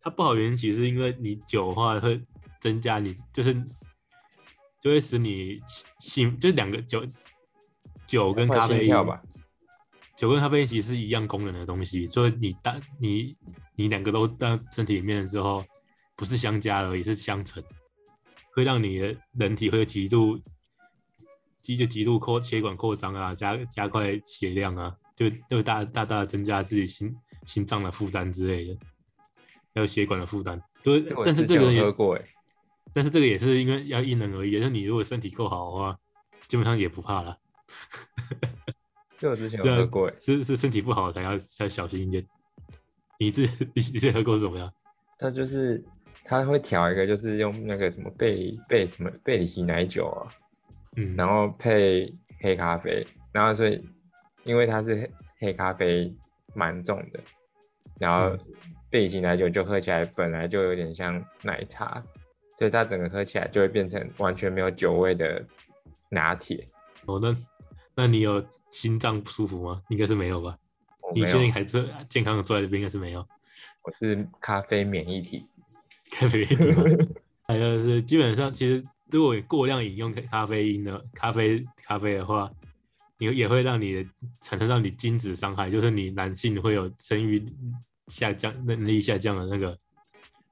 S1: 它不好的原因其实是因为你酒的话会增加你就是就会使你性就是两个酒酒跟咖啡
S2: 心
S1: 因
S2: 跳吧，
S1: 酒跟咖啡因其实是一样功能的东西，所以你当你你两个都到身体里面之后，不是相加而已，是相乘，会让你的人体会有极度极就极度扩血管扩张啊，加加快血量啊，就就大大大地增加自己心心脏的负担之类的，还有血管的负担。对
S2: 这个，我
S1: 但是
S2: 之前
S1: 这个
S2: 有
S1: 也
S2: 喝过哎，
S1: 但是这个也是因为要因人而异，就是你如果身体够好的话，基本上也不怕了。
S2: 这个我之前
S1: 是
S2: 有
S1: 啊
S2: 喝过哎，
S1: 是是身体不好才要才小心一点。你这你你这喝过是什么呀？
S2: 它就是它会调一个，就是用那个什么贝贝什么贝里奇奶酒啊，
S1: 嗯，
S2: 然后配黑咖啡，然后所以因为它是黑黑咖啡蛮重的，然
S1: 嗯
S2: 后贝里奇奶酒就喝起来本来就有点像奶茶，所以它整个喝起来就会变成完全没有酒味的拿铁。
S1: 哦，那那你有心脏不舒服吗？应该是没有吧？
S2: 我
S1: 你
S2: 没
S1: 现在
S2: 有，
S1: 还这健康的坐在这边，应该是没有。
S2: 我是咖啡免疫体质。
S1: 咖啡因对 吧？还有是基本上，其实如果你过量饮用咖啡因的咖啡咖啡的话，也也会让你的产生让你精子伤害，就是你男性会有生育下降能力下降的那个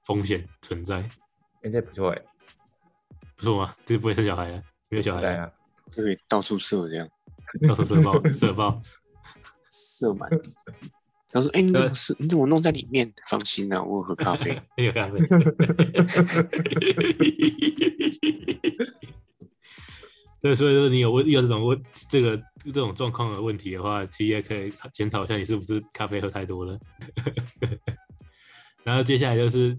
S1: 风险存在，
S2: 哎、这不错哎、
S1: 不错吗？就是不会生小孩了，没有小孩
S2: 对
S1: 了。
S2: 啊，
S4: 就可以到处射这样，
S1: 到时候社报社报，
S4: 射满。他说：“哎、你怎么射？你怎么弄在里面？放心啊，我有喝咖啡。
S1: 那个咖啡。对，所以说你有问有这种问这个这种状况的问题的话，其实也可以检讨一下你是不是咖啡喝太多了。 然后接下来就是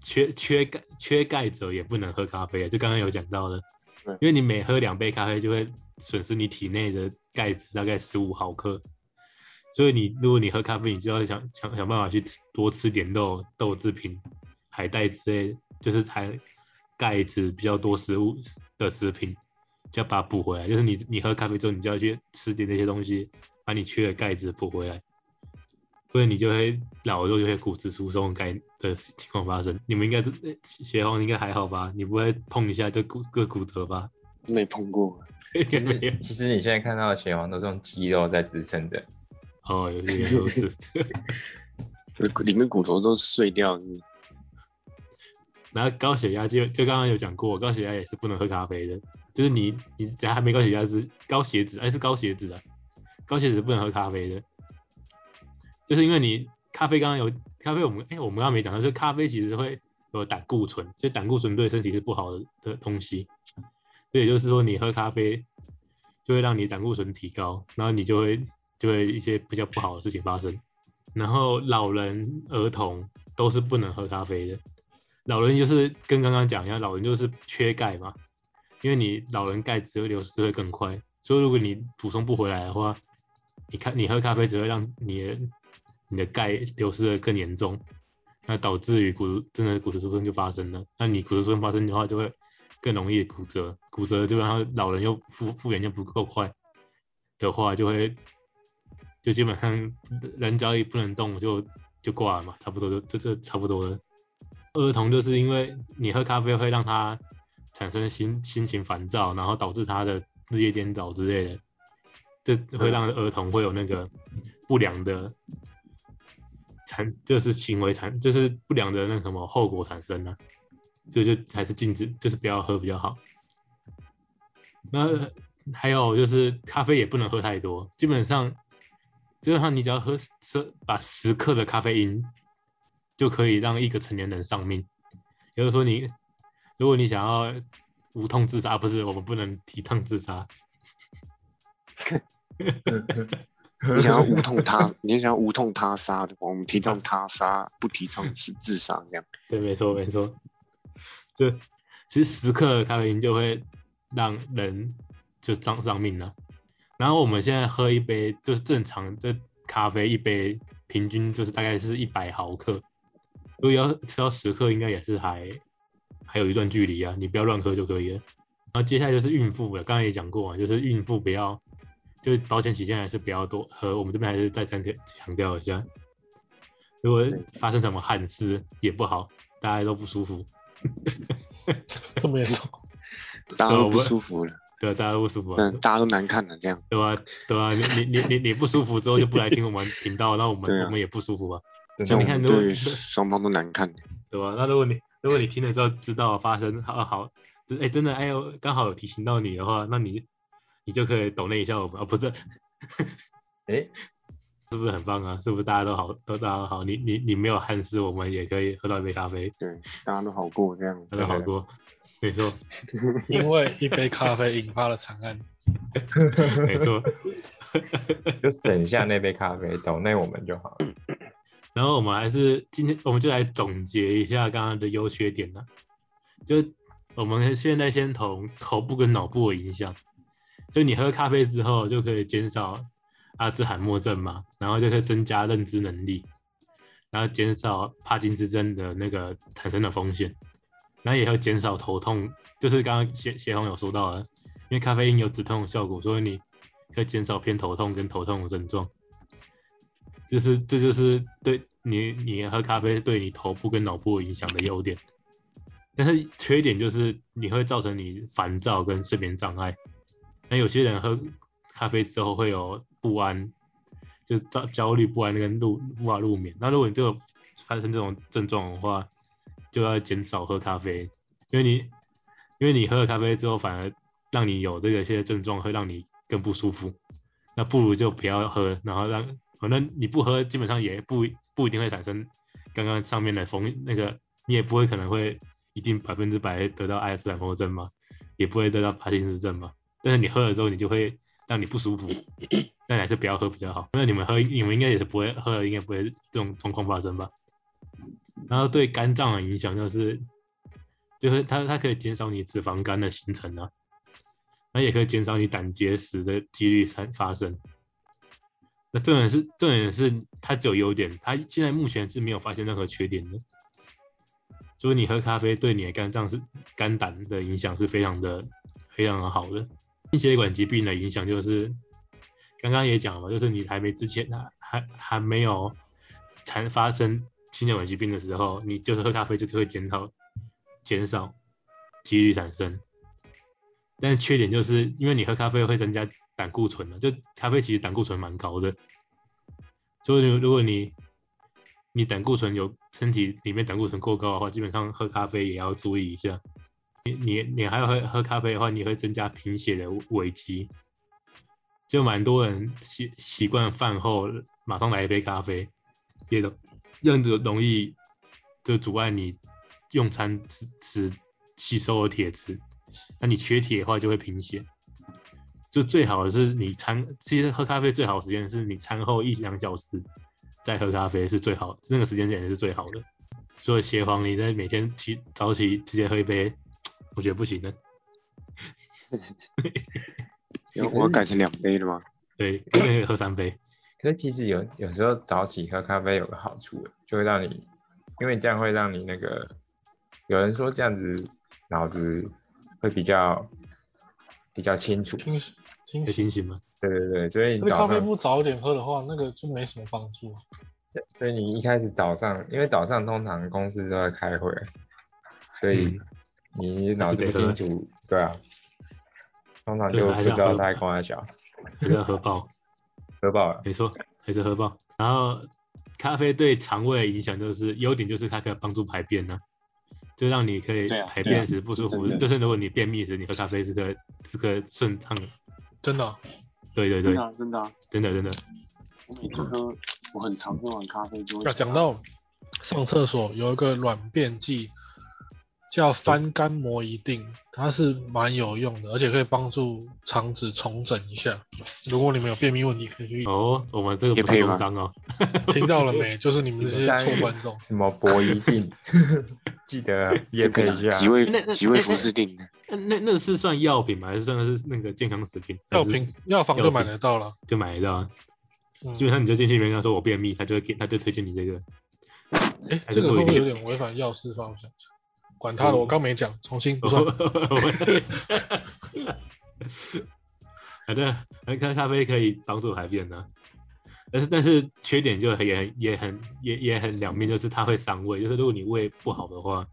S1: 缺缺钙缺钙者也不能喝咖啡，就刚刚有讲到了
S4: 对，
S1: 因为你每喝两杯咖啡就会损失你体内的钙质大概十五毫克，所以你如果你喝咖啡，你就要想想想办法去吃多吃点肉、豆制品、海带之类，就是含钙质比较多食物的食品，就要把它补回来。就是你你喝咖啡之后，你就要去吃点那些东西，把你缺的钙质补回来，不然你就会老了之后就会骨质疏松的概的情况发生。你们应该都呃学红应该还好吧？你不会碰一下就骨就骨折吧？
S4: 没碰过，啊
S1: 应该 没有。
S2: 其实你现在看到的血王都是用肌肉在支撑着，
S1: 哦，有些人都是。
S4: 里面骨头都碎掉了。
S1: 然后高血压就就刚刚有讲过，高血压也是不能喝咖啡的，就是你你等下还没高血压之高血脂，哎是高血脂啊，高血脂不能喝咖啡的，就是因为你咖啡刚刚有咖啡我们哎我们刚刚没讲到，就是咖啡其实会有胆固醇，所以胆固醇对身体是不好的的东西，所以也就是说你喝咖啡就会让你胆固醇提高，然后你就会就会一些比较不好的事情发生。然后老人、儿童都是不能喝咖啡的。老人就是跟刚刚讲一样，老人就是缺钙嘛，因为你老人钙质会流失会更快，所以如果你补充不回来的话，你看你喝咖啡只会让你的你的钙流失的更严重，那导致于骨真的骨质疏松就发生了。那你骨质疏松发生的话，就会更容易骨折，骨折就然后老人又复复原又不够快的话，就会就基本上人只要一不能动就就挂了嘛，差不多就就就差不多了。儿童就是因为你喝咖啡会让他产生心心情烦躁，然后导致他的日夜颠倒之类的，这会让儿童会有那个不良的产，就是行为产，就是不良的那个什么后果产生呢、啊所以就还是禁止，就是不要喝比较好。那还有就是咖啡也不能喝太多，基本上基本上你只要喝十把十克的咖啡因，就可以让一个成年人丧命。也就是说你，如果你想要无痛自杀，啊不是我们不能提倡自杀，
S4: 你想要无痛他，你想要无痛他杀的话，我们提倡他杀，不提倡自自杀这样。
S1: 对，没错，没错。就其实十克的咖啡因就会让人就丧丧命了、然后我们现在喝一杯就是正常的咖啡，一杯平均就是大概是一百毫克，所以要吃到十克应该也是还还有一段距离啊，你不要乱喝就可以了。然后接下来就是孕妇了，刚才也讲过嘛，就是孕妇不要，就是保险起见还是不要多喝，我们这边还是再强调强调一下，如果发生什么憾事也不好，大家都不舒服。
S3: 这么严重，
S4: 大家
S1: 呃
S4: 都
S1: 我
S4: 不舒服了，
S1: 对啊，大家都不舒服、啊，
S4: 嗯，大家都难看了，这样
S1: 对吧、啊对吧、你你你你你不舒服之后就不来听 我们频道，那我
S4: 对
S1: 们、
S4: 啊
S1: 我们也不舒服啊，
S4: 这
S1: 你
S4: 样
S1: 看
S4: 我们
S1: 如果
S4: 对双方都难看。
S1: 对吧、那如果你如果你听了之后知道发生，好好，哎、真的哎呦，刚好有提醒到你的话，那你你就可以抖那一下我们啊，不 是
S2: 哎，
S1: 是不是很棒啊？是不是大家都好，都大家都好？你你你没有憾事，我们也可以喝到一杯咖啡，
S4: 对，大家都好过这样。
S1: 喝到好过。没错，
S3: 因为一杯咖啡引发了惨案。
S1: 没错。
S2: 就省下那杯咖啡，抖内我们就好了。
S1: 然后我们还是今天，我们就来总结一下刚刚的优缺点呢、就我们现在先从头部跟脑部的影响，就你喝咖啡之后就可以减少阿兹海默症嘛，然后就可以增加认知能力，然后减少帕金斯症的那个产生的风险，然后也会减少头痛，就是刚刚协协同有说到的，因为咖啡因有止痛的效果，所以你可以减少偏头痛跟头痛的症状。就是这就是对你你喝咖啡对你头部跟脑部影响的优点，但是缺点就是你会造成你烦躁跟睡眠障碍。那有些人喝咖啡之后会有不安，就是焦焦虑不安跟入无法入眠。那如果你这种发生这种症状的话，就要减少喝咖啡，因为你因为你喝了咖啡之后，反而让你有这个些症状，会让你更不舒服。那不如就不要喝，然后让反正你不喝，基本上也不不一定会产生刚刚上面的风那个，你也不会可能会一定百分之百得到阿斯海默症嘛，也不会得到帕金森症嘛。但是你喝了之后，你就会让你不舒服，那你还是不要喝比较好。那你们喝，你们应该也是不会喝了，应该不会这种状况发生吧？然后对肝脏的影响就是，就是它它可以减少你脂肪肝的形成啊，那也可以减少你胆结石的几率产发生。那重点是重点是它只有优点，它现在目前是没有发现任何缺点的。所以你喝咖啡对你的肝脏是肝胆的影响是非常的非常的好的。心血管疾病的影响就是刚刚也讲了嘛，就是你还没之前还还还没有产发生心血管疾病的时候，你就是喝咖啡就是会减少减少几率产生。但缺点就是因为你喝咖啡会增加胆固醇啊的，就咖啡其实胆固醇蛮高的，所以如如果你你胆固醇有身体里面胆固醇过高的话，基本上喝咖啡也要注意一下。你你你还要喝喝咖啡的话，你会增加贫血的危机。就蛮多人习习惯饭后马上来一杯咖啡，也容这样子容易就阻碍你用餐时时吸收的铁质。那你缺铁的话就会贫血。就最好的是你餐，其实喝咖啡最好的时间是你餐后一两小时再喝咖啡是最好，那个时间点是最好的。所以协防你在每天起早起直接喝一杯，我觉得不行的。
S4: 要我要改成两杯了吗？
S1: 对，一天可以喝三杯。
S2: 可是其实有有时候早起喝咖啡有个好处，就会让你，因为这样会让你那个，有人说这样子脑子会比较比较清楚，
S3: 清醒清
S1: 有清
S3: 醒，
S1: 醒吗？
S2: 对对对，所以你
S3: 那
S2: 早
S3: 咖啡
S2: 上，
S3: 不早点喝的话，那个就没什么帮助。啊
S2: 所以你一开始早上，因为早上通常公司都在开会，所以你脑子不清楚，对啊，通常就
S1: 对
S2: 不
S1: 还是
S2: 知
S1: 要
S2: 道
S1: 喝
S2: 他在光在小，
S1: 还是要喝 爆？
S2: 喝饱了，
S1: 没错，还是喝爆。然后咖啡对肠胃的影响就是优点，就是它可以帮助排便呢、啊就让你可以
S4: 对啊
S1: 排
S4: 对啊
S1: 便时不舒服。
S4: 是真的
S1: 就是如果你便秘时，你喝咖啡是可是可顺畅的。
S3: 真的啊、
S1: 对对对，
S4: 啊，真的啊，
S1: 真的真的。
S4: 我每天喝，我很常喝完咖啡就会
S3: 要讲到上厕所有一个软便剂叫翻肝膜一定，它是蛮有用的，而且可以帮助肠子重整一下。如果你们有便秘问题，可以去
S1: 哦，我们这个
S4: 也
S1: 不
S4: 配
S1: 是工
S4: 吗
S1: 伤哦。
S3: 听到了没？就是你们这些臭观众，
S2: 什么博一定，记得也啊
S4: 也
S2: 配一下，
S4: 极味
S1: 那那
S4: 极味服饰定，
S1: 那呃那那是算药品吗？还是算的是那个健康食品？
S3: 药品药房就买
S1: 药
S3: 得到了。
S1: 就买得到啊。
S3: 嗯
S1: 基本上你就进去里面跟他说我便秘，他就会给他就推荐你这个。
S3: 哎，
S1: 还是
S3: 这个
S1: 不
S3: 会不会
S1: 一
S3: 有
S1: 定
S3: 点违反药事法？我想想，管他的，
S1: 嗯
S3: 我刚没讲，重新
S1: 哦
S3: 不算。
S1: 反正反正咖啡可以帮助排便呢、但是但是缺点就也很也很也也很两面，就是它会伤胃，就是如果你胃不好的话，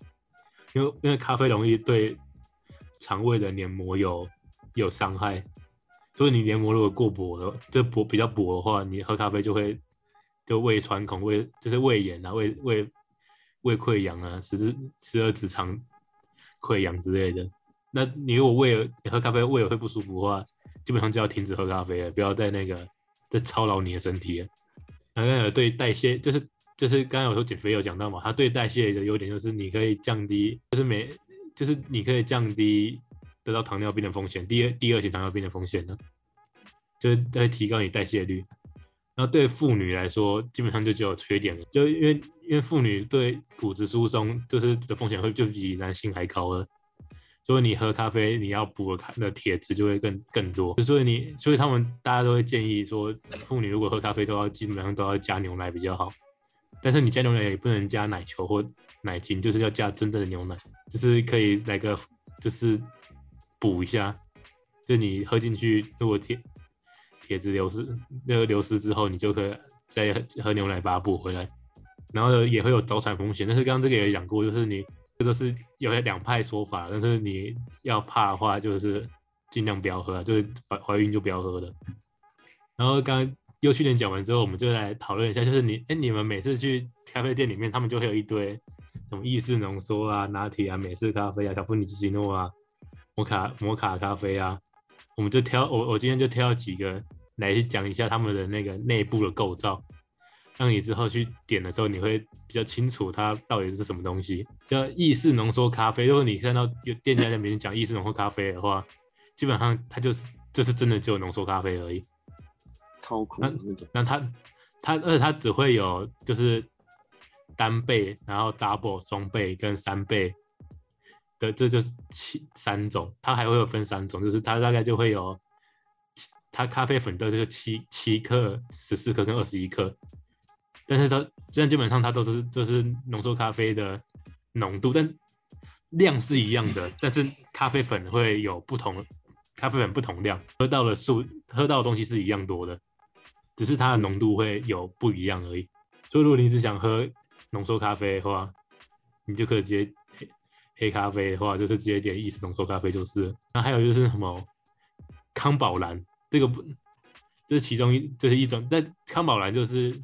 S1: 因为因为咖啡容易对肠胃的黏膜有有伤害，就是你黏膜如果过薄了，就薄比较薄的话，你喝咖啡就会就胃穿孔、胃就是胃炎啊、胃胃胃溃疡啊、十字十二指肠溃疡之类的。那你如果胃有你喝咖啡胃有会不舒服的话，基本上就要停止喝咖啡了，不要再那个再操劳你的身体了。然后那个对代谢，就是就是刚刚有说减肥有讲到嘛，它对代谢的优点就是你可以降低，就是每就是你可以降低得到糖尿病的风险，第二第二型糖尿病的风险呢，就是在提高你代谢率。然后对妇女来说，基本上就只有缺点了，就因为因为妇女对骨质疏松就是的风险会就比男性还高了。所以你喝咖啡，你要补的卡的铁质就会更更多。所以你，所以他们大家都会建议说，妇女如果喝咖啡都要基本上都要加牛奶比较好。但是你加牛奶也不能加奶球或奶精，就是要加真正的牛奶，就是可以来个就是补一下。就你喝进去，如果铁铁质流失那个流失之后，你就可以再喝喝牛奶把它补回来。然后也会有早产风险，但是刚刚这个也讲过，就是你这都是有两派说法，但是你要怕的话，就是尽量不要喝啊，就是怀怀孕就不要喝了。然后刚刚优训练讲完之后，我们就来讨论一下，就是你哎，你们每次去咖啡店里面，他们就会有一堆什么意式浓缩啊、拿铁啊、美式咖啡啊、卡布里奇诺啊、摩卡摩卡咖啡啊，我们就挑我我今天就挑几个来去讲一下他们的那个内部的构造。让你之后去点的时候，你会比较清楚它到底是什么东西。叫意式浓缩咖啡，如果你看到有店家在面前讲意式浓缩咖啡的话，基本上它就是就是真的只有浓缩咖啡而已。
S4: 超苦的那种。
S1: 那它它而且它只会有就是单倍，然后 double 双倍跟三倍的，这就是七三种。它还会有分三种，就是它大概就会有七它咖啡粉的就是七七克、十四克跟二十一克，但是它但基本上它都是就是浓缩咖啡的浓度，但量是一样的，但是咖啡粉会有不同，咖啡粉不同量，喝到的数喝到的东西是一样多的，只是它的浓度会有不一样而已。所以如果你只想喝浓缩咖啡的话，你就可以直接黑黑咖啡的话，就是直接点意式浓缩咖啡就是了。那还有就是什么康宝蓝，这个不，这是其中一，这、是一种。但康宝蓝就是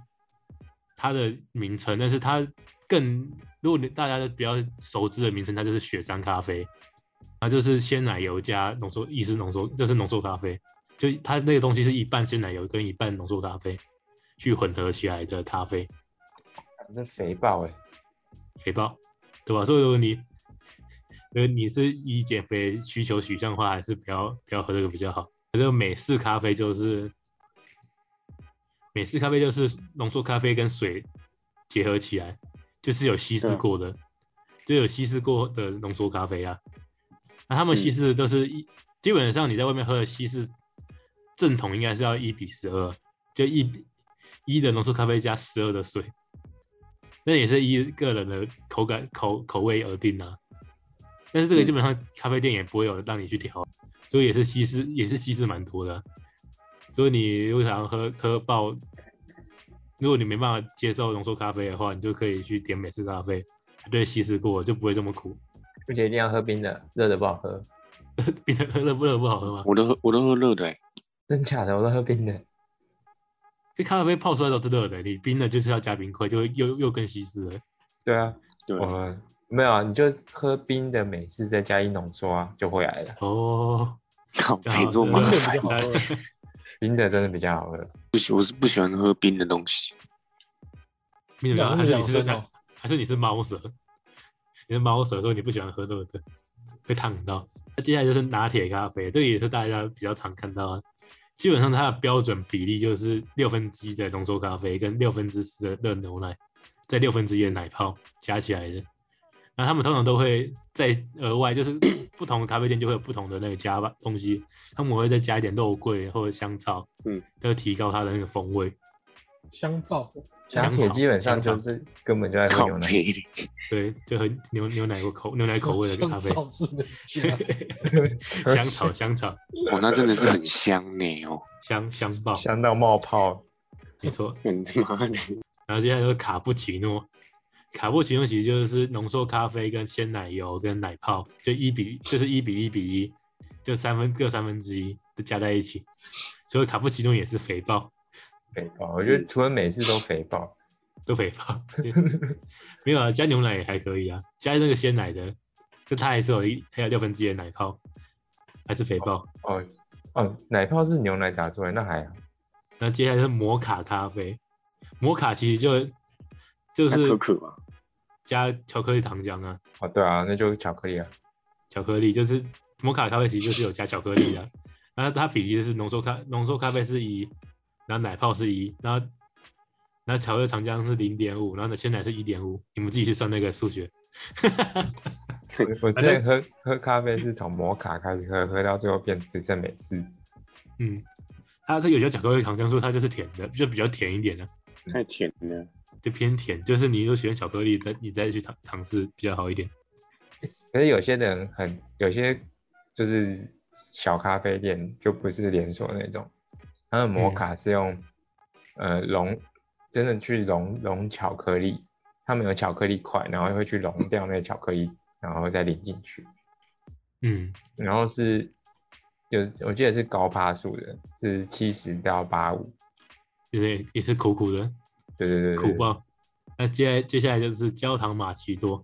S1: 它的名称，但是它更，如果你大家都比较熟知的名称，它就是雪山咖啡，它就是鲜奶油加浓缩意式浓缩，就是浓缩咖啡。就它那个东西是一半鲜奶油跟一半浓缩咖啡去混合起来的咖啡，
S2: 反正肥爆哎、
S1: 肥爆，对吧？所以如果你，呃，你是以减肥需求取向的话，还是不要不要喝这个比较好。这个美式咖啡就是，美式咖啡就是浓缩咖啡跟水结合起来，就是有稀释
S4: 对
S1: 过的，就有稀释过的浓缩咖啡啊。那他们
S4: 嗯
S1: 稀释的都是一、基本上你在外面喝的稀释正统应该是要一比十二，就一比一的浓缩咖啡加十二的水，那也是依个人的口感口口味而定啊。但是这个
S4: 嗯
S1: 基本上咖啡店也不会有让你去调，所以也是稀释也是稀释蛮多的啊、所以你如果想要喝喝爆，如果你没办法接受浓缩咖啡的话，你就可以去点美式咖啡，它就会稀释过，就不会这么苦。
S2: 而且一定要喝冰的，热的不好喝。
S1: 冰的热不热不好喝吗？
S4: 我都喝我都喝热的、欸，
S2: 真假的，我都喝冰的。
S1: 因为咖啡泡出来都是热的，你冰的就是要加冰块，就会又又更稀释了。
S2: 对啊，
S4: 对
S2: 我，们没有啊，你就喝冰的美式再加一浓缩啊，就回来了。
S1: 哦，
S4: 靠，没这么
S3: 真
S4: 麻
S3: 的
S4: 烦
S3: 比较，好喝。
S2: 冰的真的比较好喝。
S4: 不喜我是不喜欢喝冰的东西，
S1: 没有，
S3: 两
S1: 还
S3: 日
S1: 是你
S3: 两
S1: 是
S3: 生哦，
S1: 还是你是猫舌？你是猫舌，说你不喜欢喝热的，会烫到。那接下来就是拿铁咖啡，这个也是大家比较常看到的。啊基本上它的标准比例就是六分之一的浓缩咖啡跟六分之四的热牛奶，再六分之一的奶泡加起来的。然然后他们通常都会在额外，就是 不同的咖啡店就会有不同的那个加吧东西，他们会再加一点肉桂或者香草，
S4: 嗯，
S1: 都提高它的那个风味。
S3: 香皂
S1: 香
S2: 而
S1: 草
S2: 且基本上
S1: 香
S2: 就
S1: 草
S2: 是根本就在喝
S4: 靠
S2: 牛奶，
S4: 背的，
S1: 对，就很牛牛奶口牛奶口味的咖啡
S3: 香，皂是能 加的
S1: 香草香草
S4: 哇，哦那真的是很香呢哦，
S1: 香香爆，
S2: 香到冒泡。
S1: 没错。
S4: 很他妈的，
S1: 然后接下来就是卡布奇诺，卡布奇诺其实就是浓缩咖啡跟鲜奶油跟奶泡，就一比就是一比一比一，就三分各三分之一的加在一起，所以卡布奇诺也是肥爆，
S2: 肥爆，我觉得除了每次都肥爆，
S1: 都肥爆。没有啊，加牛奶也还可以啊，加那个鲜奶的，就它还是有一还有六分之一的奶泡，还是肥爆。
S2: 哦哦，奶泡是牛奶打出来，那还好。
S1: 那接下来是摩卡咖啡，摩卡其实就就
S4: 那可
S1: 是
S4: 可吧，
S1: 加巧克力糖浆啊，
S2: 哦，对啊，那就是巧克力啊。
S1: 巧克力，就是摩卡咖啡其实就是有加巧克力的，然后它比例是浓缩咖浓缩咖啡是一，然后奶泡是一，然后然后巧克力糖浆是零点五，然后呢鲜奶是一点五，你们自己去算那个数学。
S2: 我我之前喝喝咖啡是从摩卡开始喝，喝到最后变只剩美式。
S1: 嗯，它它有些巧克力糖浆说它就是甜的，就比较甜一点的，
S4: 太甜了，
S1: 就偏甜，就是你如果喜欢巧克力，那你再去尝尝试比较好一点。
S2: 可是有些人很，有些就是小咖啡店就不是连锁那种，他们
S1: 嗯
S2: 摩卡是用、呃融，真的去融融巧克力，他们有巧克力块，然后会去融掉那个巧克力，然后再淋进去，
S1: 嗯，
S2: 然后是有我记得是高趴数的，是七十到八五，
S1: 就是也是苦苦的，
S2: 对对对
S1: 苦
S2: 对，
S1: 爆。那接下来接下来就是焦糖玛奇朵，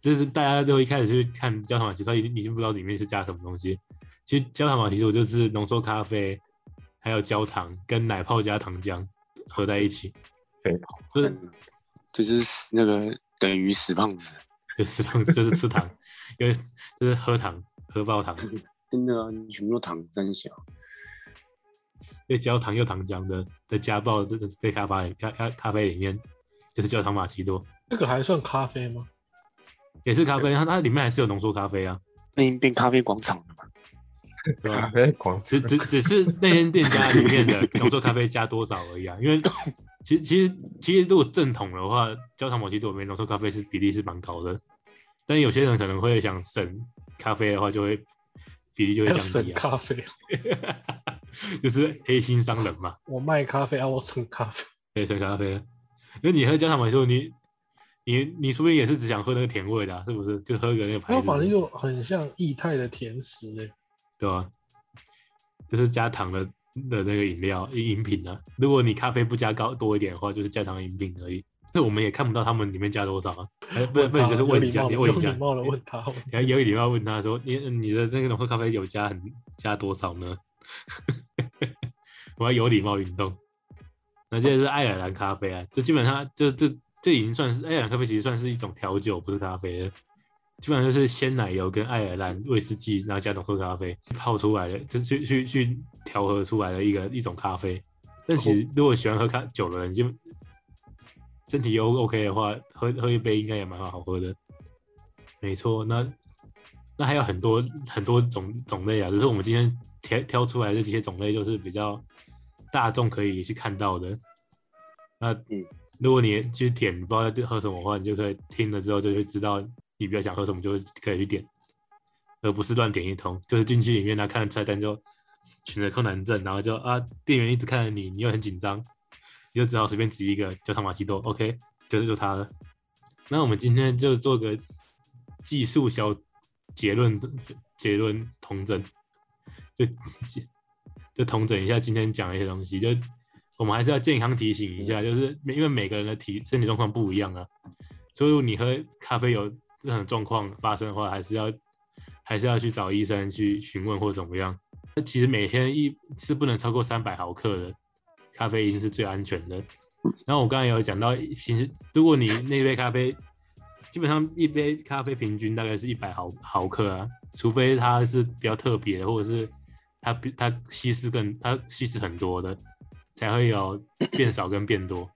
S1: 就是大家都一开始去看焦糖玛奇朵，已经已经不知道里面是加什么东西。其实焦糖玛奇朵就是浓缩咖啡，还有焦糖跟奶泡加糖浆合在一起，
S2: 肥跑，
S1: 就是
S4: 嗯这就是那个等于死胖子，
S1: 就是放就是吃糖， 因为就是喝糖喝爆糖，
S4: 真的啊，你全部都糖真小，
S1: 又焦糖又糖浆的的加爆的在咖啡里咖咖咖啡里面，就是焦糖玛奇朵，
S3: 那个还算咖啡吗？
S1: 也是咖啡，它它里面还是有浓缩咖啡啊，
S4: 那已经变咖啡广场了嘛，
S1: 对吧
S2: 咖？啡狂吃
S1: 只只只是那间店家里面 的浓缩咖啡加多少而已啊，因为其实其实其实如果正统的话，焦糖玛奇朵里面浓缩咖啡是比例是蛮高的，但有些人可能会想省咖啡的话，就会比例就
S3: 还
S1: 会
S3: 有
S1: 降
S3: 省
S1: 低啊，
S3: 咖啡，
S1: 就是黑心商人嘛，
S3: 我卖咖啡啊，我省咖啡。
S1: 对，省咖啡。因为你喝焦糖玛奇朵，你你你说不定也是只想喝那个甜味的、啊，是不是？就喝个那个牌
S3: 它
S1: 子的，
S3: 反正就很哎像液态的甜食欸诶、
S1: 对吧、啊就是加糖的的那个饮料饮品啊。如果你咖啡不加高多一点的话，就是加糖饮品而已。那我们也看不到他们里面加多少啊。呃不然不然你就是问一下，你
S3: 有
S1: 问一下，
S3: 礼貌的问他，
S1: 你还有礼貌问他说，你你的那个浓缩咖啡有加很加多少呢？ 我要有礼貌运动。那接着是爱尔兰咖啡啊，这基本上这这这已经算是爱尔兰咖啡，其实算是一种调酒，不是咖啡了。基本上就是鲜奶油跟爱尔兰威士忌，然后加浓缩咖啡泡出来的，就是去去去调和出来的一个一种咖啡。但其实如果喜欢喝咖酒的人，就身体又 OK 的话，喝喝一杯应该也蛮好喝的。没错，那那还有很多很多种种类啊，只是我们今天挑挑出来的这些种类，就是比较大众可以去看到的。那
S4: 嗯
S1: 如果你去点不知道在喝什么的话，你就可以听了之后就会知道你比较想喝什么，就会可以去点，而不是乱点一通。就是进去里面呢，看菜单就选择困难症，然后就啊，店员一直看着你，你又很紧张，你就只好随便指一个叫汤马奇多，OK，就是就它了。那我们今天就做个技术小结论，结论统整，就就统整一下今天讲的一些东西。就我们还是要健康提醒一下，就是每因为每个人的体身体状况不一样啊，所以如果你喝咖啡有任何状况发生的话，还是要还是要去找医生去询问或怎么样。那其实每天一是不能超过三百毫克的咖啡因是最安全的。然后我刚才有讲到，平时如果你那杯咖啡，基本上一杯咖啡平均大概是一百毫毫克啊，除非它是比较特别的，或者是它比它稀释更它稀释很多的，才会有变少跟变多。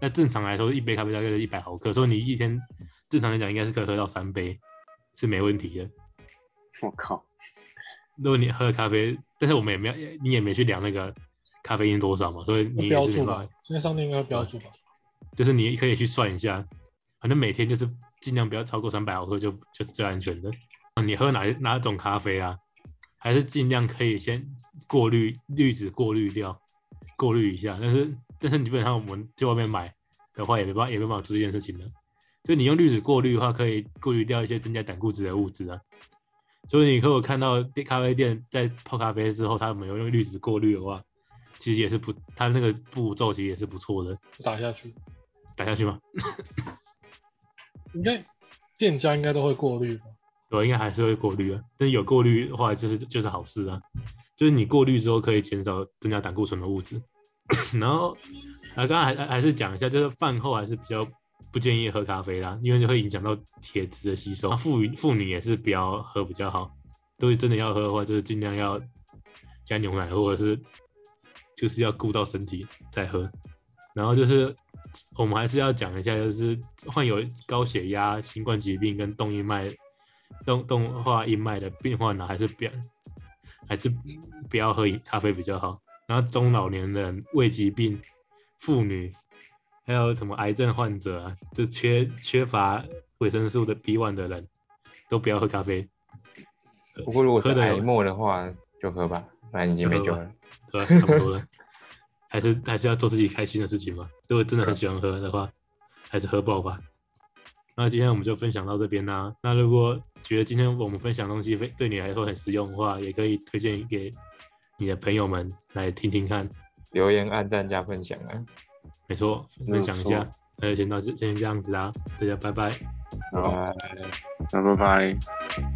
S1: 那正常来说，一杯咖啡大概是一百毫克，所以你一天正常来讲应该是可以喝到三杯，是没问题的。
S4: 我靠，
S1: 如果你喝咖啡，但是我们也没有，你也没去量那个咖啡因多少嘛，所以你也
S3: 有标
S1: 是
S3: 注
S1: 没办
S3: 吧
S1: 法，？
S3: 现在上面应该有标注吧？
S1: 就是你可以去算一下，反正每天就是尽量不要超过三百毫克就就是最安全的。啊你喝哪哪种咖啡啊？还是尽量可以先过滤滤纸过滤掉，过滤一下。但是但是你基本上我们去外面买的话，也没办法也没办法做这件事情的。就你用滤纸过滤的话，可以过滤掉一些增加胆固醇的物质啊。所以你如果看到店咖啡店在泡咖啡之后，他们有用滤纸过滤的话，其实也是不，它那个步骤其实也是不错的。
S3: 打下去，
S1: 打下去吗？
S3: 应该店家应该都会过滤吧？
S1: 对，应该还是会过滤啊。但是有过滤的话，就是就是好事啊。就是你过滤之后，可以减少增加胆固醇的物质。 然后，啊，刚刚还还还是讲一下，就是饭后还是比较不建议喝咖啡啦，因为就会影响到铁质的吸收。啊妇女妇女也是不要喝比较好。如果真的要喝的话，就是尽量要加牛奶，或者是就是要顾到身体再喝。然后就是我们还是要讲一下，就是患有高血压、新冠疾病跟动静脉动动化硬脉的病患呢，还是不要还是不要喝饮咖啡比较好。然后中老年人、胃疾病、妇女，还有什么癌症患者啊，就缺缺乏维生素的 B one 的人，都不要喝咖啡。
S2: 不过如果是
S1: 喝得有
S2: 癌末的话，就喝吧，反正已经没救了。
S1: 对吧、差不多了。 还是还是要做自己开心的事情嘛。如果真的很喜欢喝的话，还是喝爆吧。那今天我们就分享到这边啦、那如果觉得今天我们分享的东西非对你来说很实用的话，也可以推荐给你的朋友们来听听看。
S2: 留言、按赞、加分享啊！
S1: 没错，
S4: 没有
S1: 分享一下
S4: 错。
S1: 那就先到这，先这样子啦，大家拜拜。
S2: 拜
S4: 好，
S2: 拜。
S4: 那拜拜。
S2: 拜